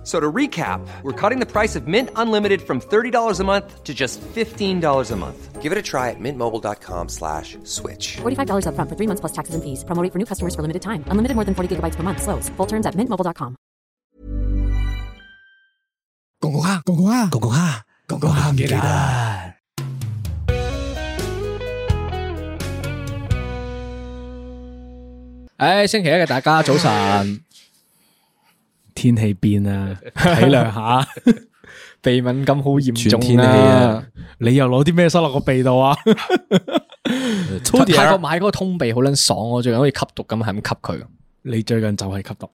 So to recap, we're cutting the price of Mint Unlimited from $30 a month to just $15 a month. Give it a try at mintmobile.com slash switch. $45 upfront for three months plus taxes and fees. Promo rate for new customers for limited time. Unlimited more than 40 gigabytes per month. Slows. Full terms at mintmobile.com. 공공화 공공화 공공화 공공화 합니다. 唉，星期一嘅大家早晨，天氣變啊，體諒 下，鼻敏感好嚴全重天氣啊啊！你又攞啲咩塞落個鼻度啊？泰啊泰國買嗰個通鼻好撚爽，我最近好似吸毒咁，係咁吸佢。你最近就係吸毒，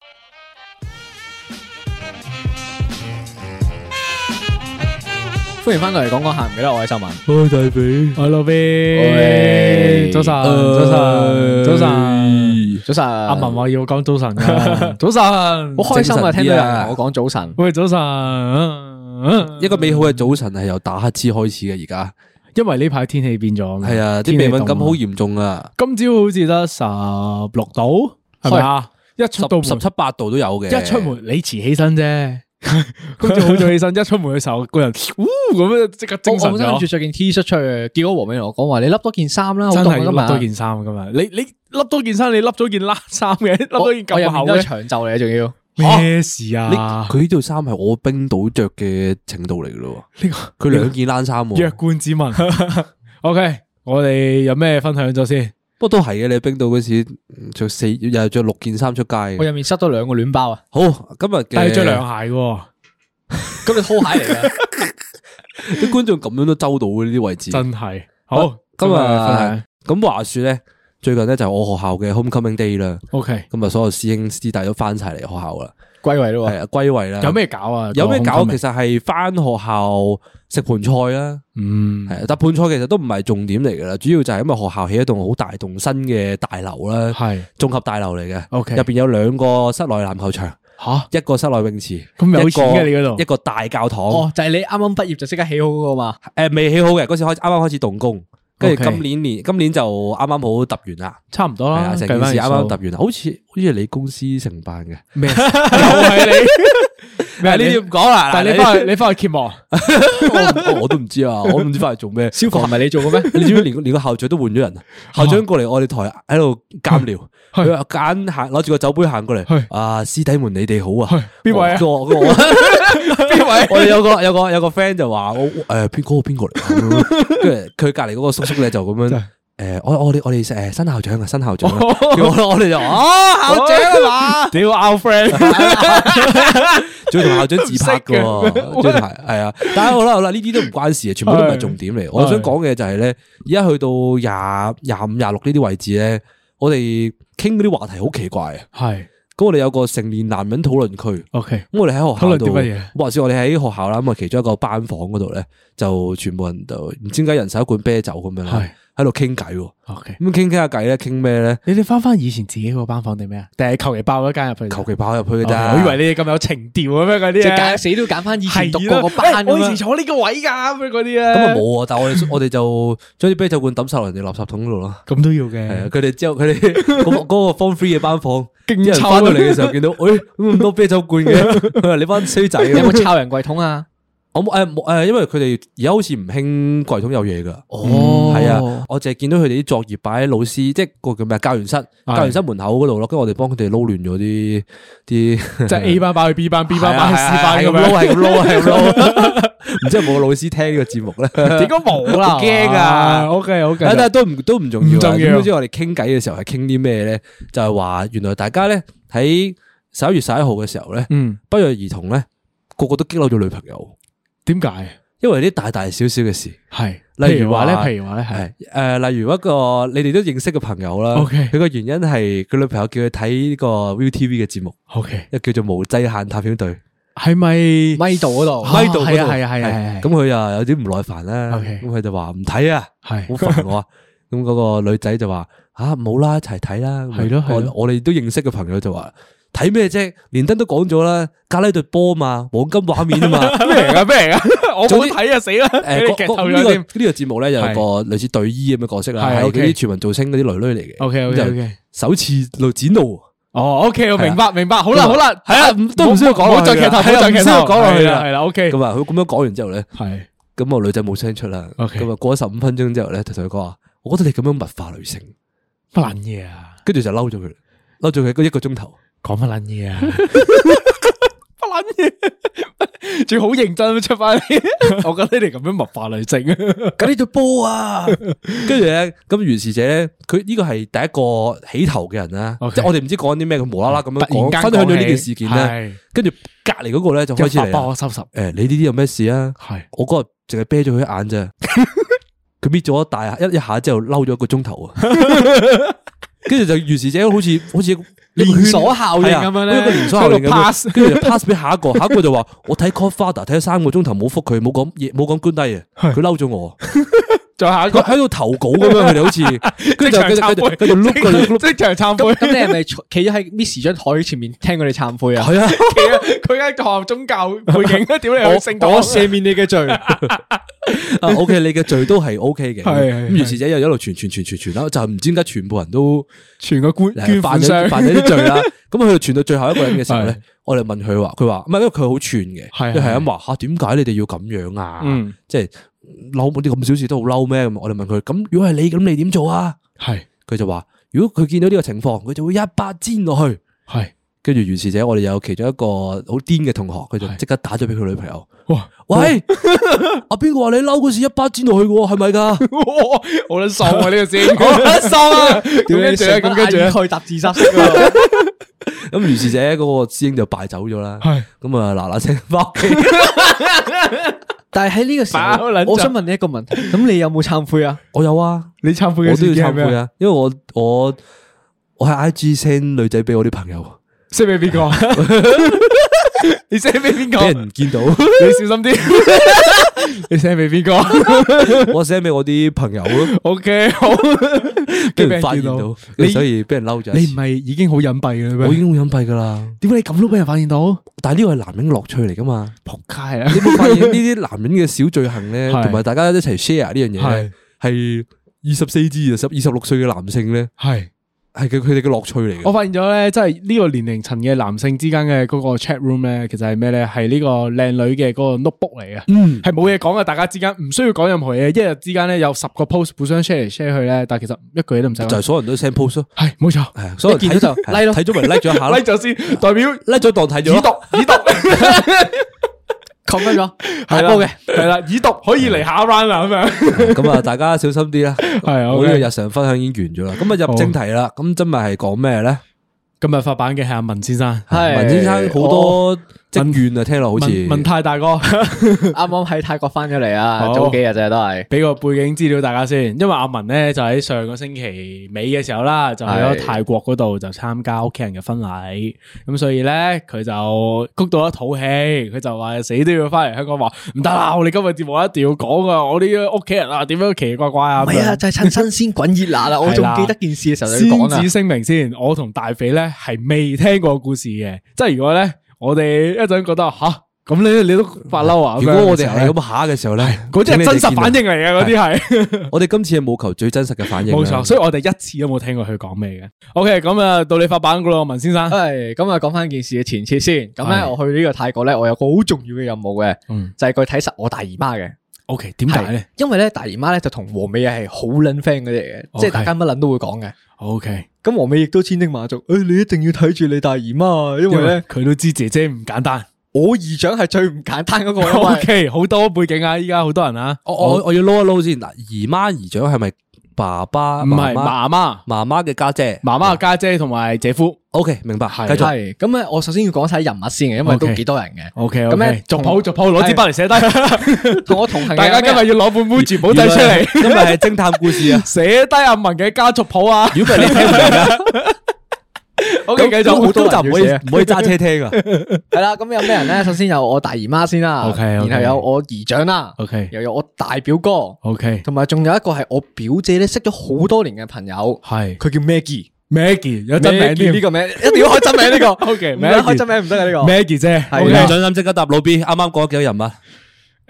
歡迎翻到嚟講講下，唔記得我係秀文。開大髀，我老喂邊，早晨，早晨，早晨，早晨，阿阿文話要講早晨噶， 早晨，好開心精神啊！啲啊聽到有人同我講早晨，喂，早晨，啊嗯一個美好嘅早晨係由打乞嗤開始嘅，而家因為呢排天氣變咗，係 啊，啲天氣鼻敏感凍啊好嚴重啊，今朝好似得十六度，係咪啊？一出到門十十七八度都有嘅，一出門你遲起身啫， 跟住好早起身，一出門嘅時候個人，呜咁樣即刻我精神啊我本身諗住咗，着件 T 恤出去，結果黃美同我講話你笠多件衫啦，好真凍係笠啊今多日。件衫噶嘛？你你笠多件衫，你笠咗件冷衫 嘅，笠多件我咁入厚面都係嘅，長袖嚟，仲要。咩事你啊？佢呢套衫係我冰島着嘅程度嚟嘅咯呢個喎，佢兩件冷衫弱喎，冠子民。OK，我哋有咩分享咗先？不過都係嘅，你喺冰島嗰時嗯着四又係着六件衫出街我嘅。入面塞咗兩個暖包啊！好，今日嘅但係着涼鞋嘅，咁你拖鞋嚟 嘅，啲觀眾咁樣都周到嘅呢啲位置。真係好。今日分享咁話說咧，最近咧就係我學校嘅 homecoming day 啦， OK，咁啊所有師兄師弟都翻晒嚟學校啦，歸位咯喎係。啊歸位啦。有咩搞啊？有咩搞？講其實係翻學校食盤菜啦，嗯系啊，但盤菜其實都唔係重點嚟噶啦，主要就係因為學校起一棟好大棟新嘅大樓啦，係綜合大樓嚟嘅， OK 入边有兩個室內籃球場，吓一個室內泳池，咁有一個錢嘅你嗰度一個大教堂，哦，就係你啱啱畢業就即刻起好嗰個嘛。诶未起好嘅，嗰時開啱啱開始動工，跟住 OK 今年年今年就啱啱好揼完啦，差唔多係啦，啊，成計件返事啱條啱數揼完啦，好似好似係你公司承辦嘅，咩？ 又係你但係呢 咩？你啲唔講啦，但係你翻去你翻去揭幕 啊，我我都唔知啊，我都唔知翻嚟做咩，消防係咪你做 嘅咩？你知唔知連個連個校長都換咗人啊？校長過嚟我哋台喺度監聊，係佢話揀行攞住個酒杯行過嚟係，啊師弟們你哋好啊，係邊位啊我我我邊我哋有個有個有個 friend 就話我誒邊嗰個邊個嚟啊，跟住佢隔離嗰個叔叔咧就咁樣。誒，我我哋我哋誒新校長啊，新校長啊，跟住我我哋就哦校 어. 長啊嘛，位？屌 out friend，仲要同校長自拍嘅 唔喎， 識嘅仲要係係啊，但係好啦好啦，呢啲都唔關事啊，全部都唔係重點 嚟。我想講嘅就係咧，而家去到廿廿五、廿六呢啲位置咧，我哋傾嗰啲話題好奇怪啊。係咁我哋有個成年男人討論區， OK，咁我哋喺學校度，討論啲乜嘢咁話說我哋喺學校啦，咁啊其中一個班房嗰度咧，就全部人就唔知點解人手一罐啤酒咁樣啦係，喺度傾偈喎。 OK。咁傾傾下偈咧，傾咩咧？你哋翻翻以前自己個班房定咩啊？定係求其爆咗間入去？求其跑入去嘅 OK，咋？哦我以為你哋咁有情調咁樣嗰即啲係啊揀，死都要揀翻以前讀係過啦個班喂我以咁前樣。坐呢個位㗎咁樣嗰啲咁啊啊，冇啊，但係我哋我哋就將啲啤酒罐抌晒落人哋垃圾桶嗰度咯。咁都要系啊，嘅。佢哋之後佢哋嗰個嗰個 form three 嘅班房，嗯勁啲人臭翻到嚟嘅時候見到，诶咁多啤酒罐嘅，佢話你班衰仔啊，有冇抄人櫃桶啊？我冇诶冇诶，因為佢哋而家好似唔興櫃桶有嘢噶，哦係啊，我淨係見到佢哋啲作業擺喺老師，即係個叫咩啊教員室，教員室門口嗰度咯，跟住我哋幫佢哋撈亂咗啲啲，即係 A 班爆去 B 班，B 係班啊爆係去 C 啊班係咁咁撈，樣。係咁撈，係咁撈，唔知有冇個老師聽呢個節目咧？點解冇啦？好驚啊！OK 好啊但係嘅，都唔都唔重要唔重啊。要咁之後我哋傾偈嘅時候係傾啲咩咧？就係話原來大家咧喺十一月十一號嘅時候咧，嗯，不約而同咧，個個都激嬲咗女朋友，點解？因為啲大大小小嘅事，係，例例如如話話咧，譬如話咧，係係誒，例如一個你哋都認識嘅朋友啦。 OK 佢個原因係佢女朋友叫佢睇呢個 ViuTV 嘅節目， OK，一叫做《無際限探險隊》。係咪？咪度嗰度啊咪度嗰度係啊係啊係啊係啊咁佢啊有啲唔耐煩啦， OK 咁佢就話唔睇啊，好係煩我啊。 咁啊嗰個女仔就話吓冇啦，一齊睇啦。咁樣係咯係咯我我哋都認識嘅朋友就話睇咩啫？連登都講咗啦，隔呢對波嘛，黃金畫面啊 嘛。咩嚟噶？咩嚟噶？我總冇之睇啊，死啦！誒 俾你劇透嗰咗呢個添呢。個節目咧有個類似隊醫咁嘅角色啦，係係嗰 OK 啲全民造星嗰啲女女嚟嘅。 OK，OK，咁就 OK 首次露展露，哦，OK，我係啊明白明白，好啦咁啊好啦，係啊唔都唔需要講落去好再劇透，㗎唔好再劇係啊唔需要透，講落去㗎係啦係啦，OK，咁啊佢咁樣講完之後咧，係咁個女仔冇聲出啦。 OK 咁啊過咗十五分鐘之後咧，就同佢講話：我覺得你咁樣物化女性，乜捻 嘢啊？跟住就嬲咗佢，嬲咗佢嗰一個鐘頭。 講乜捻嘢啊？乜捻嘢？仲好認真咁 出翻嚟，我覺得你哋咁樣物化女性，咁呢對波啊！ 跟住咧，咁袁氏姐咧，佢呢個係第一個起頭嘅人啦，即 OK 係我哋唔知講啲咩，佢無啦啦咁樣突講，然間分享咗呢講起件事件咧，係跟住隔離嗰個咧就開始一發嚟幫我啦。收拾，誒，你呢啲有咩事啊？係我嗰日淨係啤咗佢一眼咋，佢搣咗一大一一下之後，嬲咗一個鐘頭啊！跟住就袁氏姐好似好似連鎖效應係啊咁樣咧好似一個連鎖效應喺咁度樣 pass 跟住就 pass 俾下一個，下一個就話我睇 Call Father 睇咗三個鐘頭冇覆佢，冇講嘢，冇講官低啊，佢嬲咗我。再下一佢個喺度投稿咁樣，佢哋好似跟住就 即佢場哋佢懺哋碌佢哋悔，即場懺 咁悔。咁你係咪坐 企咗喺 Miss 張台前面聽佢哋懺悔啊？係啊，佢喺 佢喺學校宗教背景， 屌你去聖堂，我赦免你嘅罪， 啊 OK，你嘅罪都係 OK 嘅。係係咁於是者又一路傳傳傳傳傳啦，就唔知點解全部人都全個官捐犯款咗商犯咗啲罪 啦。咁佢就傳到最後一個人嘅時候咧係，我哋問佢話，佢話唔係因為佢好串嘅，係佢係咁話吓點解你哋要咁樣啊嗯？即係嬲啲咁小事都好嬲咩？咁我哋問佢，咁如果係你咁，你點做啊？係佢就話如果佢見到呢個情況，佢就會一巴煎落去。係跟住如是者，我哋有其中一個好癲嘅同學，佢就係哦即刻打咗俾佢女朋友。 哇！喂， 阿邊個話你嬲嗰時一巴煎落去嘅喎，係咪噶？ 哇好撚爽啊！呢個 先，好撚爽 啊咁跟住咧，咁跟住咧，佢搭自殺式啊喎。咁如是者嗰個師兄就敗走咗啦。係咁啊，嗱嗱聲翻屋 企， 但係喺呢個時飽撚候，咗我想問你一個問題，咁你有冇懺悔啊？我有啊，你懺悔我嘅都要事件係懺咩悔啊？啊，因為我我我喺 I G send 女仔俾我啲朋友，識俾邊個？你 send 俾邊俾個？人見到，你小心 啲。你 send 俾邊個我 send 俾我啲朋友咯， ？OK，好。俾俾人人發現見到到，跟你住所以俾人嬲咗你一次。唔係已經好隱蔽嘅啦我已咩？經好隱蔽噶啦，點解你咁都俾人發現到？但係呢個係男人樂趣嚟噶嘛？仆街 啊你！冇發現呢啲男人嘅小罪行咧，係同埋大家一齊 share 呢樣嘢咧係，係二十四至二十二十六歲嘅男性咧，係。係佢佢哋嘅樂趣嚟我嘅。發現咗咧，即係呢個年齡層嘅男性之間嘅嗰個 chat room 咧，其實係咩咧？係呢個靚女嘅嗰個 notebook 嚟嘅，嗯係冇嘢講嘅。大家之間唔需要講任何嘢，一日之間咧有十個 post 互相 share 嚟 share 去咧，但係其啊實一句嘢都唔使就係講。所有人都 send post 咯，係冇錯係啊所有人一見到就睇 like 咯睇咗咪 like 咗一下咯 like 咗先，代表，like 咗當睇咗已咯。讀已讀，抗拒咗， 係係啦波嘅。係啦，已讀可以嚟下一 round 啦咁樣。咁啊，大家小心啲啦。 係我呢個 OK 嗯日常分享已經完咗啦。咁啊，入正題啦。咁今日係講咩咧？今日發版嘅係阿文先生，係文先生好多積怨啊，聽落好似文文泰大哥。啱啱喺泰國翻咗嚟啊，好早幾日啫都係。 俾個背景資料大家先，因為阿文咧就喺上個星期尾嘅時候啦，就去咗係泰國嗰度就參加屋企人嘅婚禮，咁所以咧佢就谷到一肚氣，佢就話死都要翻嚟香港話唔得啦，我哋今日節目一定要講啊，我啲屋企人啊點樣奇奇怪怪啊，唔係啊，就係趁新鮮滾熱辣啦！啊我係仲啦記得件事嘅時候就先講啦啊至。聲明先，我同大肥咧係未聽過故事嘅，即係如果咧我哋一陣覺得吓咁你你都發 嬲啊，咁樣如果我哋嘅時候係呢咁下嘅時候咧，嗰啲係啊真實反應。應嚟嘅，嗰啲係。我哋今次係冇求最真實嘅反應啦。啊冇錯，所以我哋一次都冇聽過佢講咩嘅。OK，咁啊，到你發版噶啦，文 先生。係咁啊，講翻件事嘅前設先。咁咧，係我去呢個泰國咧，我有個好重要嘅任務嘅，嗯就係佢睇實我大姨媽嘅。 OK，點係？因為咧，大姨媽咧就同黃美啊係好撚 friend 嗰啲嚟嘅，即係 OK 大家乜撚都會講嘅。 ？OK，咁黃美亦都千叮萬囑，誒，你一定要睇住你大姨媽啊，因因為為咧咧，佢都知姐姐唔簡單。我姨丈係最唔簡單嗰個， 因為 OK，好多背景啊，依家好多人啊。我我我要撈一撈先嗱，姨媽姨丈係咪爸啊爸？唔係媽媽媽，媽媽嘅家姐。媽媽嘅家姐同埋姐夫。 O K，明白。繼續。係咁啊咧，我首先要講晒人物先嘅，因為都 OK 幾多人嘅。 OK，咁咁咧咧逐同啊鋪逐鋪攞支筆嚟寫低。同我同行嘅大家今有咩人日要攞本 Muji 簿仔出嚟，！今日係偵探故事啊 寫低阿文嘅家族譜啊。如果唔係你聽唔明啊， OK，繼續。咁咁就唔可以要寫唔可以揸車聽啊！係啦，咁有咩人咧？首先有我大姨媽先啦 OK，OK 然後有我姨丈啦 OK 又有我大表哥， OK，同埋仲有一個係我表姐咧，識咗好多年嘅朋友，係佢叫 Maggie， Maggie 有啊真名呢添個名一定要開真名呢個 OK，唔得 Maggie 開真名唔得啊呢個。 ，Maggie 姐係唔 OK 啊准心即刻答老 B，啱啱講咗幾個人啊物？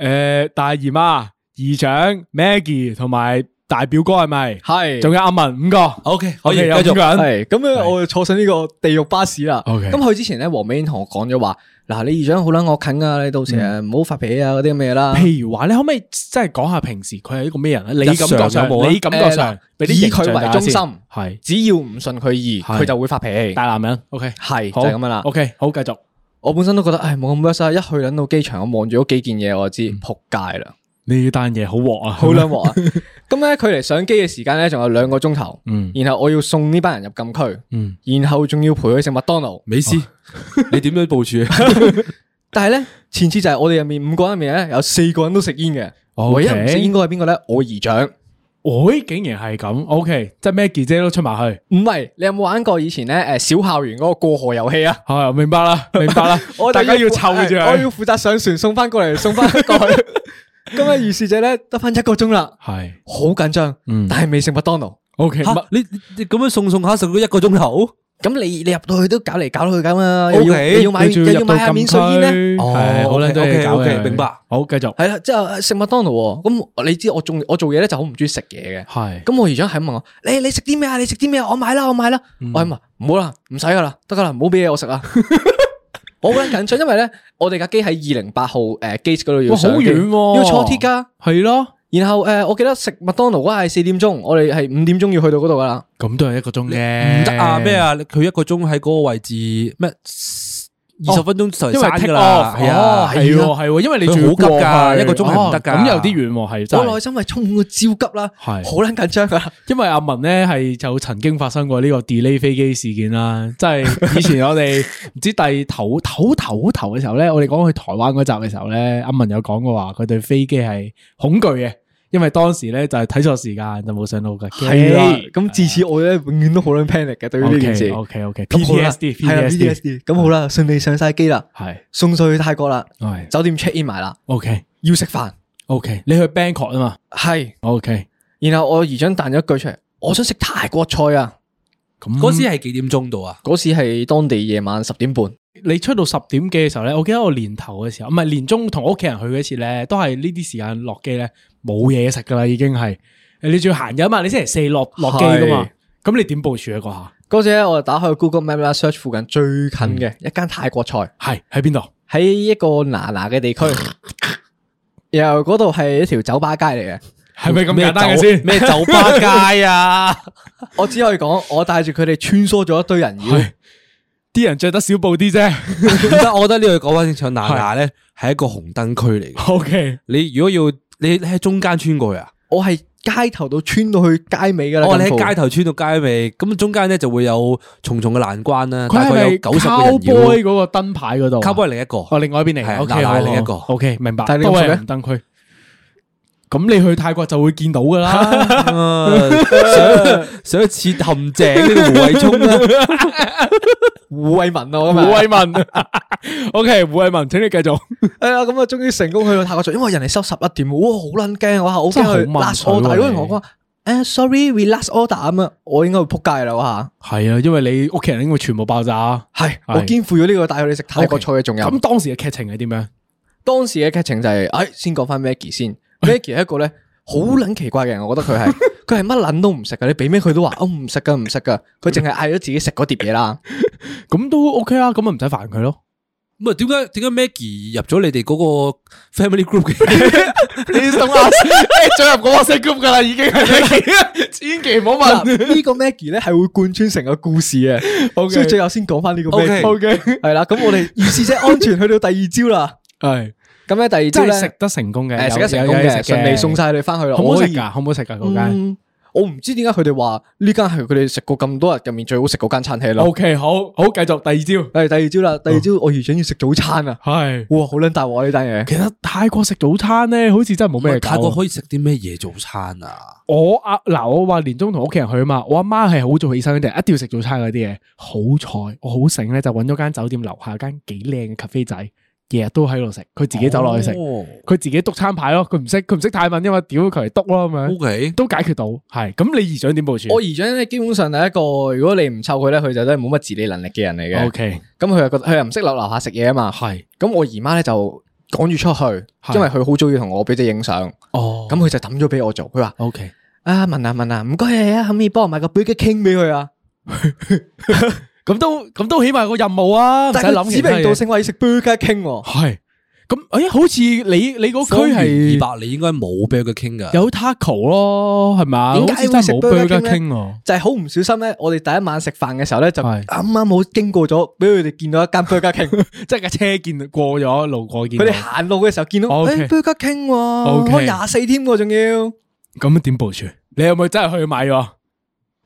诶，大姨媽、姨丈、Maggie 同埋大表哥係咪？係仲有阿文五個。 O K，可以 OK，有繼五續。個人。系咁樣，我就坐上呢個地獄巴士啦。 OK 咁佢之前咧，黃美英同我講咗話，嗱，你姨丈好撚我近啊，你到時啊嗯唔好發脾氣啊嗰啲咁嘅嘢啦。譬如話，你可唔可以真係講下平時佢係一個咩人咧？你日感常覺上，有冇啊你感覺誒上嗱，俾啲以形象佢為大家中先心係只要唔順佢意，係佢就會發脾氣。大男人。OK，係就好係咁樣啦。 OK，好，繼續。我本身都覺得，唉，冇咁 worst 啊！一去撚到機場，我望住嗰幾件嘢，我就知嗯仆街啦，呢單嘢好鑊啊，好兩鑊啊！咁咧，距離上機嘅時間咧，仲有兩個鐘頭，嗯然後我要送呢班人入禁區，嗯然後仲要陪佢食麥當勞。美斯，你點樣部署？ 但係咧，前次就係我哋入面五個人入面咧，有四個人都食煙嘅，哦 OK 唯一唔食煙嗰個係邊個咧？我姨丈。喂，竟然係咁，OK，即係 Maggie 姐都出埋去，唔係，你有冇玩過以前咧？诶，小校園嗰個過河遊戲啊？係明白啦，明白啦 ，我 大大家家要湊住我要佢，負責上船送翻過嚟，送 翻過去。咁啊，如是者咧，得翻一個鐘啦，係好緊張，嗯但係未食麥當勞。 OK，嚇乜你你你咁樣送送下食咗一個鐘頭？咁你你入到去都搞嚟搞去咁啊，又要 OK，又要買你仲又要買下免稅煙咧，咧哦係好撚多嘢 OK，OK，搞嘅 OK，明白。好，繼續，係啦，之後食麥當勞喎。咁你知我仲我做嘢咧就好唔中意食嘢嘅，係咁我姨丈係咁問我：你你食啲咩啊？你食啲咩啊？我買啦，我買啦。我係話唔好啦，唔使噶啦，得噶啦，唔好俾嘢我食啊。我好撚緊張，因為咧我哋架機喺二零八號誒機嗰度要哇好上機遠喎要坐鐵㗎。係咯，然後誒、呃我記得食麥當勞嗰係四點鐘，我哋係五點鐘要去到嗰度噶啦。咁都係一個鐘嘅，唔得啊！咩？à. 啊？佢一個鐘喺嗰個位置咩？二十分鐘就嚟因為閂 take 㗎啦， off，à. 係哦啊，係喎係喎，因為你佢仲要好急㗎過去一個鐘係唔得㗎哦咁有啲遠喎，係真我內係。心係充滿焦急啦，好係撚緊張噶啦。因為阿文咧係就曾經發生過呢個 delay 飛機事件啦，即係以前 我哋唔知第頭頭頭頭嘅時候咧，我哋講去台灣嗰集嘅時候咧，阿文有講過話佢對飛機係恐懼嘅，因為當時咧就係睇錯時間就冇上到嘅機。係啦，咁自此我咧永遠都好撚 panic 嘅對於呢件事。啊 OK OK 咁好啦 PTSD 係啦 PTSD PTSD，咁好啦，順利上晒機啦，係送咗去泰國啦，係酒店 check in 埋啦， OK 要食飯， OK，你去 Bangkok 啊嘛係。 ？OK，然後我姨丈彈咗一句出嚟，我想食泰國菜啊！咁嗰時係幾點鐘到啊？嗰時係當地夜晚十點半，你出到十點幾嘅時候咧，我記得我年頭嘅時候，唔係年中同屋企人去嗰次咧，都係呢啲時間落機咧，冇嘢食噶啦，已經係。誒你仲要行日啊嘛，你星期四落落機噶嘛係，咁你點部署啊？嗰下嗰時咧我就打開 Google Map 啦，search 附近最近嘅一間泰國菜。係喺邊度？喺一個嗱嗱嘅地區，然後嗰度係一條酒吧街嚟嘅。係咪咁簡單嘅酒先？咩酒吧街啊？我只可以講，我帶住佢哋穿梭咗一堆人妖。係啲人着得少布 啲啫。 唔得，我覺得呢度講翻清楚，娜娜咧係一個紅燈區嚟嘅。 O K，你如果要你喺中間穿過去啊？我係街頭到穿到去街尾噶啦。哦，你咁喺高街頭穿到街尾，咁中間咧就會有重重嘅難關啦，佢大係概咪有九十個人 Cowboy 妖。嗰個燈牌嗰度啊 Cowboy 另一個，哦，另外一邊嚟係嘅嗱，O K，嗱好另一個 O K，明白。但係你都咁熟係嘅紅燈區。咁你去泰國就會見到 噶啦。啊想想設陷阱呢個胡慧聰啦，胡偉文啊，我胡今日 偉文，O K，胡偉文，請你繼續。係啊，咁啊，終於成功去到泰國菜，因為人哋收十一點，哇，好撚驚我嚇，我真係好驚佢慢 last 水喎 order，因為你我講誒 sorry，we last order 咁啊，我應該會撲街啦，我嚇。系啊，因為你屋企人應該全部爆炸。係，係我肩負咗呢個帶佢哋食泰國菜嘅重任。咁當時嘅劇情係點樣？當時嘅劇情就係、唉，先講翻 Maggie 先。Maggie 係一個咧好撚奇怪嘅人，我覺得佢係佢係乜撚都唔食噶，你俾咩佢都話我唔食噶唔食噶，佢淨係嗌咗自己食嗰碟嘢啦。咁都 OK 啊，咁咪唔使煩佢咯。咁啊點解點解 Maggie 入咗你哋嗰個 family group 嘅？啊你啊等下，進入嗰個 s group 噶啦，已經係千祈唔好嗱。呢個 Maggie 咧係會貫穿成個故事嘅 OK 所以最後先講翻呢個 OK Maggie。 OK，係啦，咁我哋如是者安全去到第二朝啦。係咁咧第二真朝咧，係食得成功嘅，誒食得成有功有嘢嘅，食順利送晒佢哋翻去啦。好唔好我可食以㗎？好唔好食㗎嗰間嗯我唔知點解佢哋話呢間係佢哋食過咁多日入面最好食嗰間餐廳咯。 ？OK，好好，繼續第二係第二朝啦，第二朝我姨丈要食早餐啊！招。係，哇，好撚大鑊啊呢單嘢。其實泰國食早餐咧，好似真係冇咩搞。泰國可以食啲咩嘢早餐啊？我阿嗱，我話年中同屋企人去啊嘛，我阿媽係好早起身嗰啲，一定要食早餐嗰啲嘢。好彩我好醒咧，就揾咗間酒店樓下間幾靚嘅咖啡仔，日日都喺度食，佢自己走落去食，哦佢自己督餐牌咯，佢唔識佢唔識泰文，因為屌佢嚟督咯咁樣， ，OK，都解決到，係咁你姨丈點部署我姨丈咧，基本上係一個，如果你唔湊佢咧，佢就真係冇乜自理能力嘅人嚟嘅。 ？OK，咁佢又覺得佢又唔識落樓下食嘢啊嘛。係咁我姨媽咧就趕住出去，因為佢好中意同我表姐影相。哦咁佢就抌咗俾我做，佢話： OK，啊問啊問啊，唔該你啊，可唔可以幫我買個 Burger King 俾佢啊？咁都咁都起碼有個任務啊，唔使但係佢諗指其他名道嘢。姓話要食 Burger King 喎。係咁，誒好似你你嗰區區係二百，你應該冇俾佢傾㗎。有 taco 咯，係嘛？點解好似會真食係冇 Burger burger King 咧 king 喎？就係好唔小心咧，我哋第一晚食飯嘅時候咧，就係啱啱好經過咗，俾佢哋見到一間 Burger King。即係架車見過咗，路過見佢到哋行路嘅時候見到， OK 誒 Burger King 喎， OK 開廿四添喎，仲要。咁點部署？你有冇真係去買咗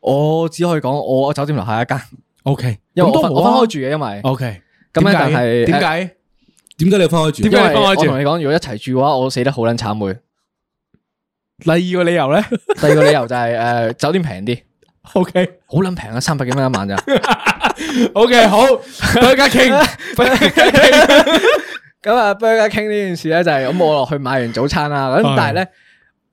我哦只可以講我酒店樓下一間， ？OK，因為我咁都分好我啊分開住嘅，因為 OK，咁咧點解但係呃點解？點解你要分開住？點因解為你分我開住同你講，如果一齊住嘅話，我死得好撚慘 會。第二個理由咧第二個理由就係誒酒店平啲， ，OK，OK，好撚平啊，三百幾蚊一晚 咋。好，burger king，burger king，咁啊，Burger King 呢件事咧就係咁，我落去買完早餐啦。咁係但係咧，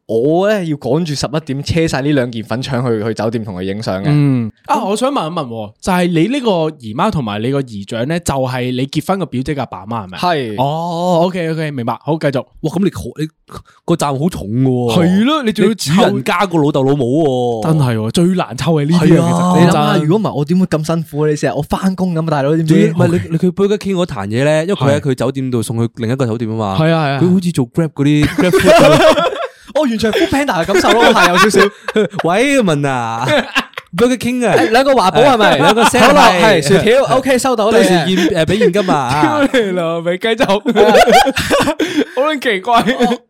我咧要趕住十一點車晒呢兩件粉腸去去酒店同佢影相嘅。嗯，啊，我想問一問喎，就係你呢個姨媽同埋你個姨丈咧，就係你結婚個表姐嘅阿爸阿媽係咪？係哦，OK，OK，明白，好，繼續，哇，咁你好，你個責任好重㗎喎。係咯，你仲要你主人湊家個老豆老母喎。真係喎最難湊係呢啲係啊啊，你其實諗下，講真如果唔係我點會咁辛苦啊？你成日我翻工咁啊，大佬知唔仲要知唔？係你你佢 Burger King 嗰壇嘢咧，因為佢喺係佢酒店度送去另一個酒店啊嘛。係啊係啊佢好似做 Grab 嗰啲 Grab food 啊我哦完全係 Food Panda 嘅感受咯，我係有少少。咁樣。 喂，文啊，Burger King 啊，兩個華寶係咪？兩個 set 可係樂係薯條，OK 收到你到。時現誒俾現金啊。屌你老 味，繼續，好撚奇怪，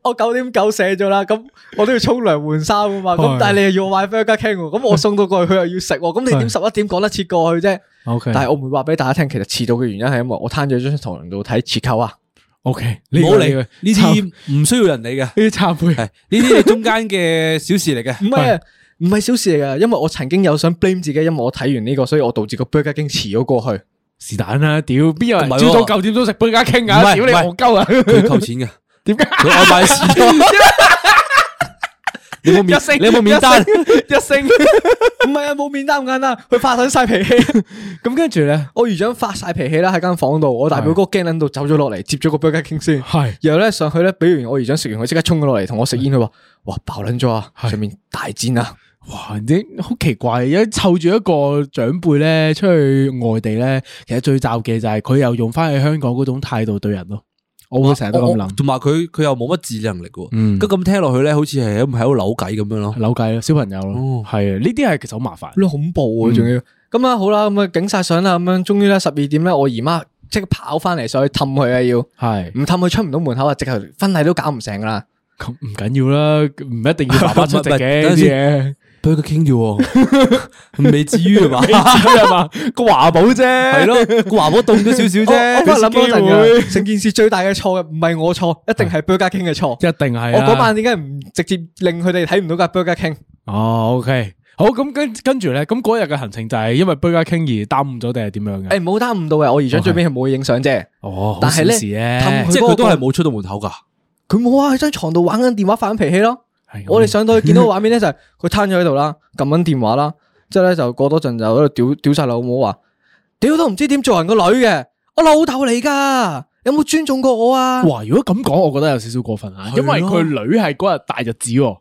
我九點九寫咗啦，咁我都要沖涼換衫啊嘛，咁係但係你又要我買 burger king 喎， 咁我送到過去佢又要食喎，咁你點係十一點趕得切過去啫？ OK 但係我唔會話俾大家聽，其實遲到嘅原因係因為我攤咗張床度睇折扣啊， OK，唔好理你佢，呢懺啲唔需要人理嘅，呢啲懺悔係呢啲係中間嘅小事嚟嘅唔。係啊，唔係小事嚟噶，因為我曾經有想 blame 自己，因為我睇完呢個，所以我導致個 burger king 遲咗過去。是但啦，屌邊有人唔係朝喎早九點都食本家傾唔啊？係屌你唔係戇鳩 啊！佢扣錢嘅，點解佢外賣事你有冇面一聲？你有冇面 單？一升？唔係啊，冇面單咁簡單，佢發緊晒脾氣，咁跟住咧，我姨丈發晒脾氣啦喺間房度，我大表哥驚撚到走咗落嚟接咗個 burger king 先。啊係然後咧上去咧，俾完我姨丈食完，佢即刻衝咗落嚟同我食煙，佢嗯話：哇爆撚咗啊！上面大戰啊！哇，你好奇怪，一湊住一個長輩咧出去外地咧，其實最罩嘅就係佢又用翻喺香港嗰種態度對人咯。我會成日都咁我我諗，同埋佢佢又冇乜自理能力喎。嗯咁咁聽落去咧，好似係喺度扭計咁 樣咯。啊扭計咯，小朋友咯哦，係啊，呢啲係其實好麻煩。好恐怖嗯啊，仲要咁啊好啦，咁啊影晒相啦，咁樣終於咧十二點咧，我姨媽即刻跑翻嚟上去氹佢啊，要唔係氹佢出唔到門口啊，直頭婚禮都搞唔成噶啦。咁唔緊要啦，唔一定 要爸爸出席唔係唔嘅係呢啲嘢， Burger King 啫喎， 未至於係 嘛？係嘛？個華寶啫，係咯，個華寶凍咗少哦少我啫。我諗嗰陣俾次機嘅，成件事最大嘅錯嘅唔係我錯，一定係 Burger King 嘅錯一。定啊係啊我啦嗰晚點解唔直接令佢哋睇唔到架 Burger King？哦，OK，好，咁跟跟住咧，咁嗰日嘅行程就係因為 Burger King 而耽誤咗定係點樣嘅？誒，冇耽誤到嘅，我姨丈最尾係冇影相啫。哦，但係咧好小事咧，氹佢即係佢都係冇出到門口㗎。佢冇啊，喺張床度玩緊電話，發緊脾氣咯。係啊咁我哋上到去見到個畫面咧，就係佢攤咗喺度啦，撳緊電話啦，之後咧就過多陣就喺度屌屌晒老母話，屌都唔知點做人個女嘅，我老豆嚟噶，有冇尊重過我啊？哇！如果咁講，我覺得有少少過分啊，係咯因為佢女係嗰日大日子喎，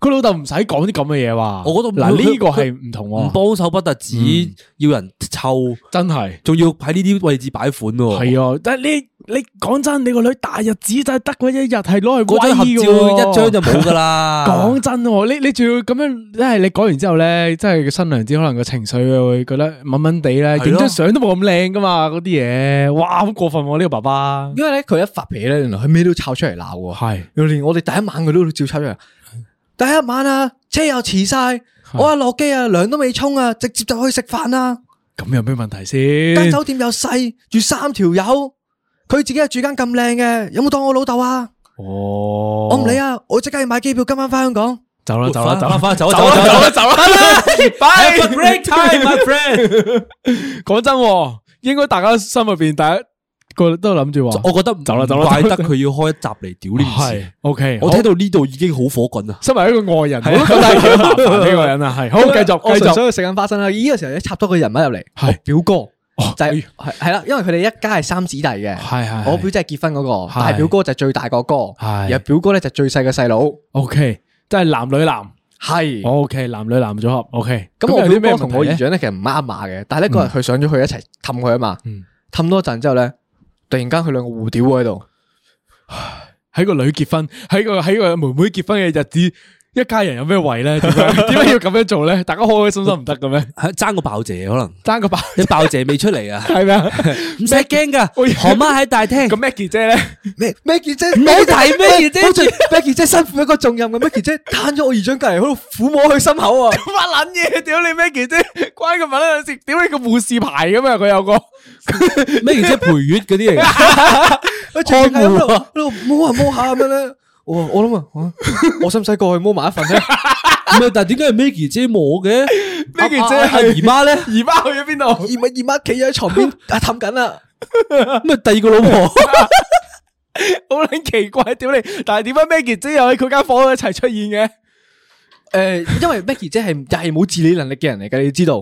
佢老豆唔使講啲咁嘅嘢話。我覺得唔嗱佢呢個係唔同唔喎，幫手不特止哦嗯，要人湊，真係仲要喺呢啲位置擺款喎。係啊！但係你你講真，你個女大日子就係得嗰一日係攞嗰張合去威嘅照喎一張就冇㗎啦。 講真喎，你你仲要咁樣，即係你講完之後咧，即係個新娘子可能個情緒會覺得掹掹地係咧，咯影張相都冇咁靚噶嘛，嗰啲嘢，哇好過分喎呢個爸爸，因為咧佢一發脾氣咧，原來佢咩都抄出嚟鬧喎。係原來連我哋第一晚佢都照抄出嚟。第一晚啊，車又遲晒，我話落機啊，涼都未沖啊，直接就去食飯啦。咁有咩問題先間？酒店又細，住三條友，佢自己又住間咁靚嘅，有冇當我老豆啊？哦，我唔理啊，我即刻要買機票，今晚翻香港。走啦走啦走啦翻翻走啦走走啦啦走走啦啦走 啦，拜 Have a great time, my friend。講真喎，應該大家心入邊大家个都谂住话，我覺得走啦走啦唔怪走得啦佢要開一集嚟屌呢件系事。 OK，我好聽到呢度已經好火滾啊！身为一个外人，我都觉得係幾麻煩呢个人啊，系好继我純续继续粹去食緊花生啦。呢個時候一插多個人物入嚟，係我表哥。哦就係哎係係啦，因為佢哋一家係三姊弟嘅，係係係我表姐係結婚嗰個，係大表哥就係最大個哥，係然後表哥咧就係最細嘅細佬， ，OK，即系男女男係。 ，OK，男女男组合，OK，咁我有啲表咩哥同我姨问题丈呢嗯咧其實唔啱碼嘅，但係咧嗰日佢上咗去一齊氹佢啊嘛，氹多陣之後咧，突然間佢兩個互屌喎喺度，喺个女结婚，喺个喺个妹妹结婚嘅日子。一家人有咩位咧？点解點解要咁样做咧？大家開開心心唔得嘅咩？係爭個爆姐可能，爭個爆你爆姐未出嚟啊？係咪啊？唔使驚噶， 我以為何媽喺大廳。咁 Maggie 姐咧，咩 Maggie 姐唔好提 Maggie 姐好似 Maggie 姐辛苦一個重任嘅 Maggie 姐攤咗我姨丈隔離，喺度撫摸佢心口啊！ 乜撚嘢？屌你 Maggie 姐，關佢乜撚事？屌你個護士牌咁啊！佢有個。咩？而且陪月嗰啲嚟㗎。佢仲係喺度啊喺度摸下摸下咁樣咧。我我諗啊，啊我使唔使過去摸埋一份咧？唔係，但係點解係 Maggie 姐摸嘅 Maggie 姐啊啊啊係姨媽咧？ 姨媽去咗邊度？姨咪姨媽企咗喺床邊啊氹緊啦，咁啊，第二個 老婆。好撚奇怪，屌你！但係點解 Maggie 姐又喺佢間房度一齊出現嘅？诶，因為 Maggie 姐係又係冇自理能力嘅人嚟嘅，你知道，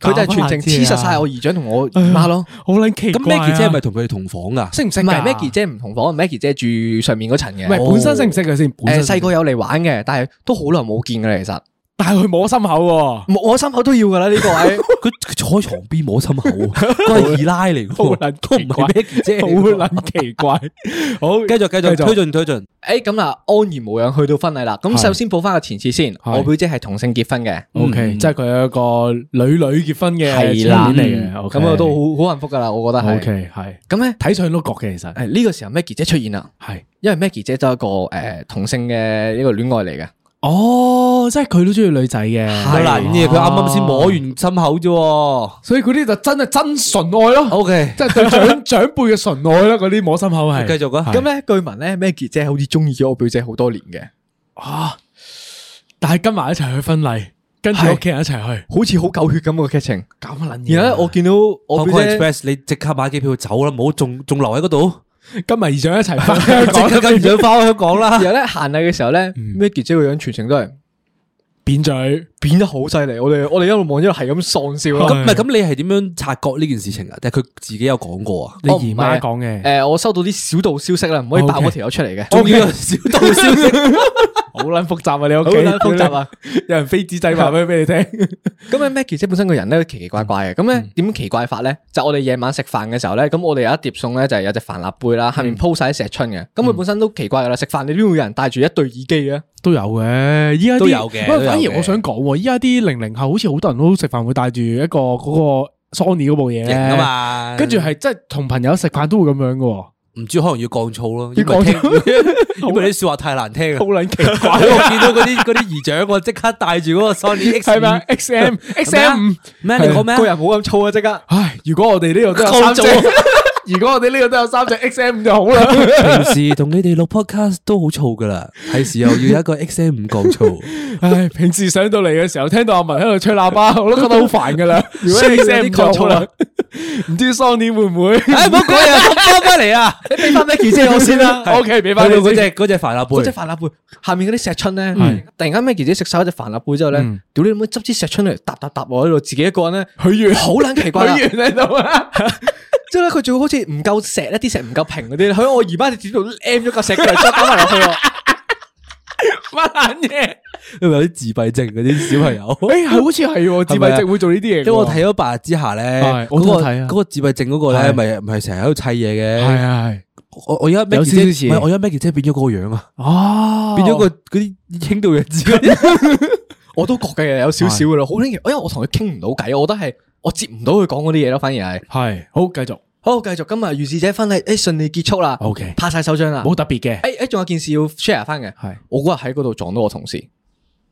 佢就係全程黐實晒我姨丈同我姨媽咯。好撚奇咁怪啊 Maggie 姐係咪同佢哋同房噶？識唔識？唔係㗎 Maggie 姐唔同房，Maggie 姐住上面嗰層嘅。唔係本身識唔識佢先？本诶身細個有嚟玩嘅，但係都好耐冇見嘅啦。其實 但係佢摸心 口喎，摸我心口都要噶啦呢個位。佢佢坐喺床邊摸心口 喎，嗰係二奶嚟嘅好喎，撚都唔奇怪係 Maggie 姐好嚟嘅喎。撚奇怪。好，繼續繼續繼續推進推進。诶，咁啦，安然無恙去到婚禮啦。咁係首先報翻個前次先，係我表姐係同性結婚嘅。 OK，即係佢有一個女女結婚嘅係場啦，面嚟嘅。咁我都好好幸福噶啦，我覺得係。 OK 係咁咧，睇上碌角嘅，其實誒呢個時候 Maggie 姐出現啦，係。因為 Maggie 姐都係一個誒同性嘅一個戀愛嚟嘅，哦，即係佢都中意女仔嘅，哦好難嘅，佢啱啱先摸完心口啫喎。所以嗰啲就真係真純愛咯。 O K，即係 對長長輩嘅純愛啦，嗰啲摸心口係。繼續啊咁咧據聞咧 Maggie 姐好似中意咗我表姐好多年嘅，啊！但係跟埋一齊去婚禮，跟住係屋企人一齊去，好似好狗血咁個劇情。搞乜撚嘢啊？然後咧我見到我 Hong 表 Kong 姐 Express，你即刻買機票走啦，唔好仲仲留喺嗰 度，跟埋姨丈一齊翻 香即港，刻跟住翻香港啦 然。後咧行禮嘅時候咧，Maggie 嗯姐個樣全程都係扁嘴。變得好犀利，我哋我哋一路望一路係咁喪笑咁咯。唔係咁，你係點樣察覺呢件事情啊？定係佢自己有講過啊？你哦唔係姨媽啊講嘅，誒，我收到啲小道消息啦，唔可以爆 OK 嗰條友出嚟嘅，仲要有小道消息。好撚複雜啊！你屋好企撚複雜啊！ 有人飛紙仔話俾俾你聽，咁咧，Maggie 姐本身個人咧都奇奇怪怪嘅，咁咧點奇怪法咧？就我哋夜晚食飯嘅時候咧，咁我哋有一碟餸咧就係有隻帆立貝啦，下面鋪晒啲石春嘅，咁佢本身都奇怪噶啦，食飯你都要有人戴住一對耳機嘅，都有嘅。依家啲都有嘅都喂有反嘅而我想講喎，依家啲零零後好似好多人都食飯會帶住一個嗰個 Sony 嗰部嘢型啊咧，嘛，跟住係即係同朋友食飯都會咁樣嘅喎，好唔知可能要降噪咯，要因為聽 降因為啲说話太難聽啊。撚奇怪我見到嗰啲嗰啲姨丈，我即刻帶住嗰個 Sony X 係咪啊？X M X M 五。咩？ 你講咩個啊？人冇咁燥啊，即刻唉，如果我哋呢度都有三夠隻 做啊，如果我哋呢度都有三隻 XM 就好啦。平時同你哋錄 podcast 都好燥噶啦，係時候要有一個 XM 五降噪。唉，平時上到嚟嘅時候，聽到阿文喺度吹喇叭， 我都覺得好煩噶啦。如果雖然有 XM 啲就好啦抗， 唔知 Sony 會唔會哎唉，唔好講嘢，翻翻嚟啊！你俾翻 Maggie 姐我先啦 OK，俾返你先嗰只嗰只帆立嗰隻貝，帆立貝下面嗰啲石春咧，突然間 Maggie 姐食晒一隻帆立貝之後咧，屌你老母執支石春嚟搭搭搭我喺度，自己一個人咧，許願？好撚奇怪啦許願喺度啊！之後咧佢仲好似唔夠石咧，啲石唔夠平嗰啲咧，哦喺我姨媽碟度 M 咗嚿石過嚟，再打埋落去喎。乜撚嘢？因為有啲自閉症嗰啲小朋友。 誒，好似係喎，自閉症會做呢啲嘢㗎因喎。為我睇咗《白日之下》咧係，我嗰都個睇啊嗰個自閉症嗰個咧，係咪咪成日喺度砌嘢係嘅。係我我而家有 Maggie 少少姐，似唔係我而家 Maggie 姐變咗嗰個樣啊，哦，變咗個嗰啲輕度弱智嗰啲。我都覺嘅，有少少噶啦，好撚奇，因為我同佢傾唔到偈，我覺得係我接唔到佢講嗰啲嘢咯，反而係。係好繼續，好，繼續今日遇事者婚禮，誒順利結束啦 OK 拍晒手掌啦。冇特別嘅。誒誒，仲有件事要 share 翻嘅，係我嗰日喺嗰度撞到我同事，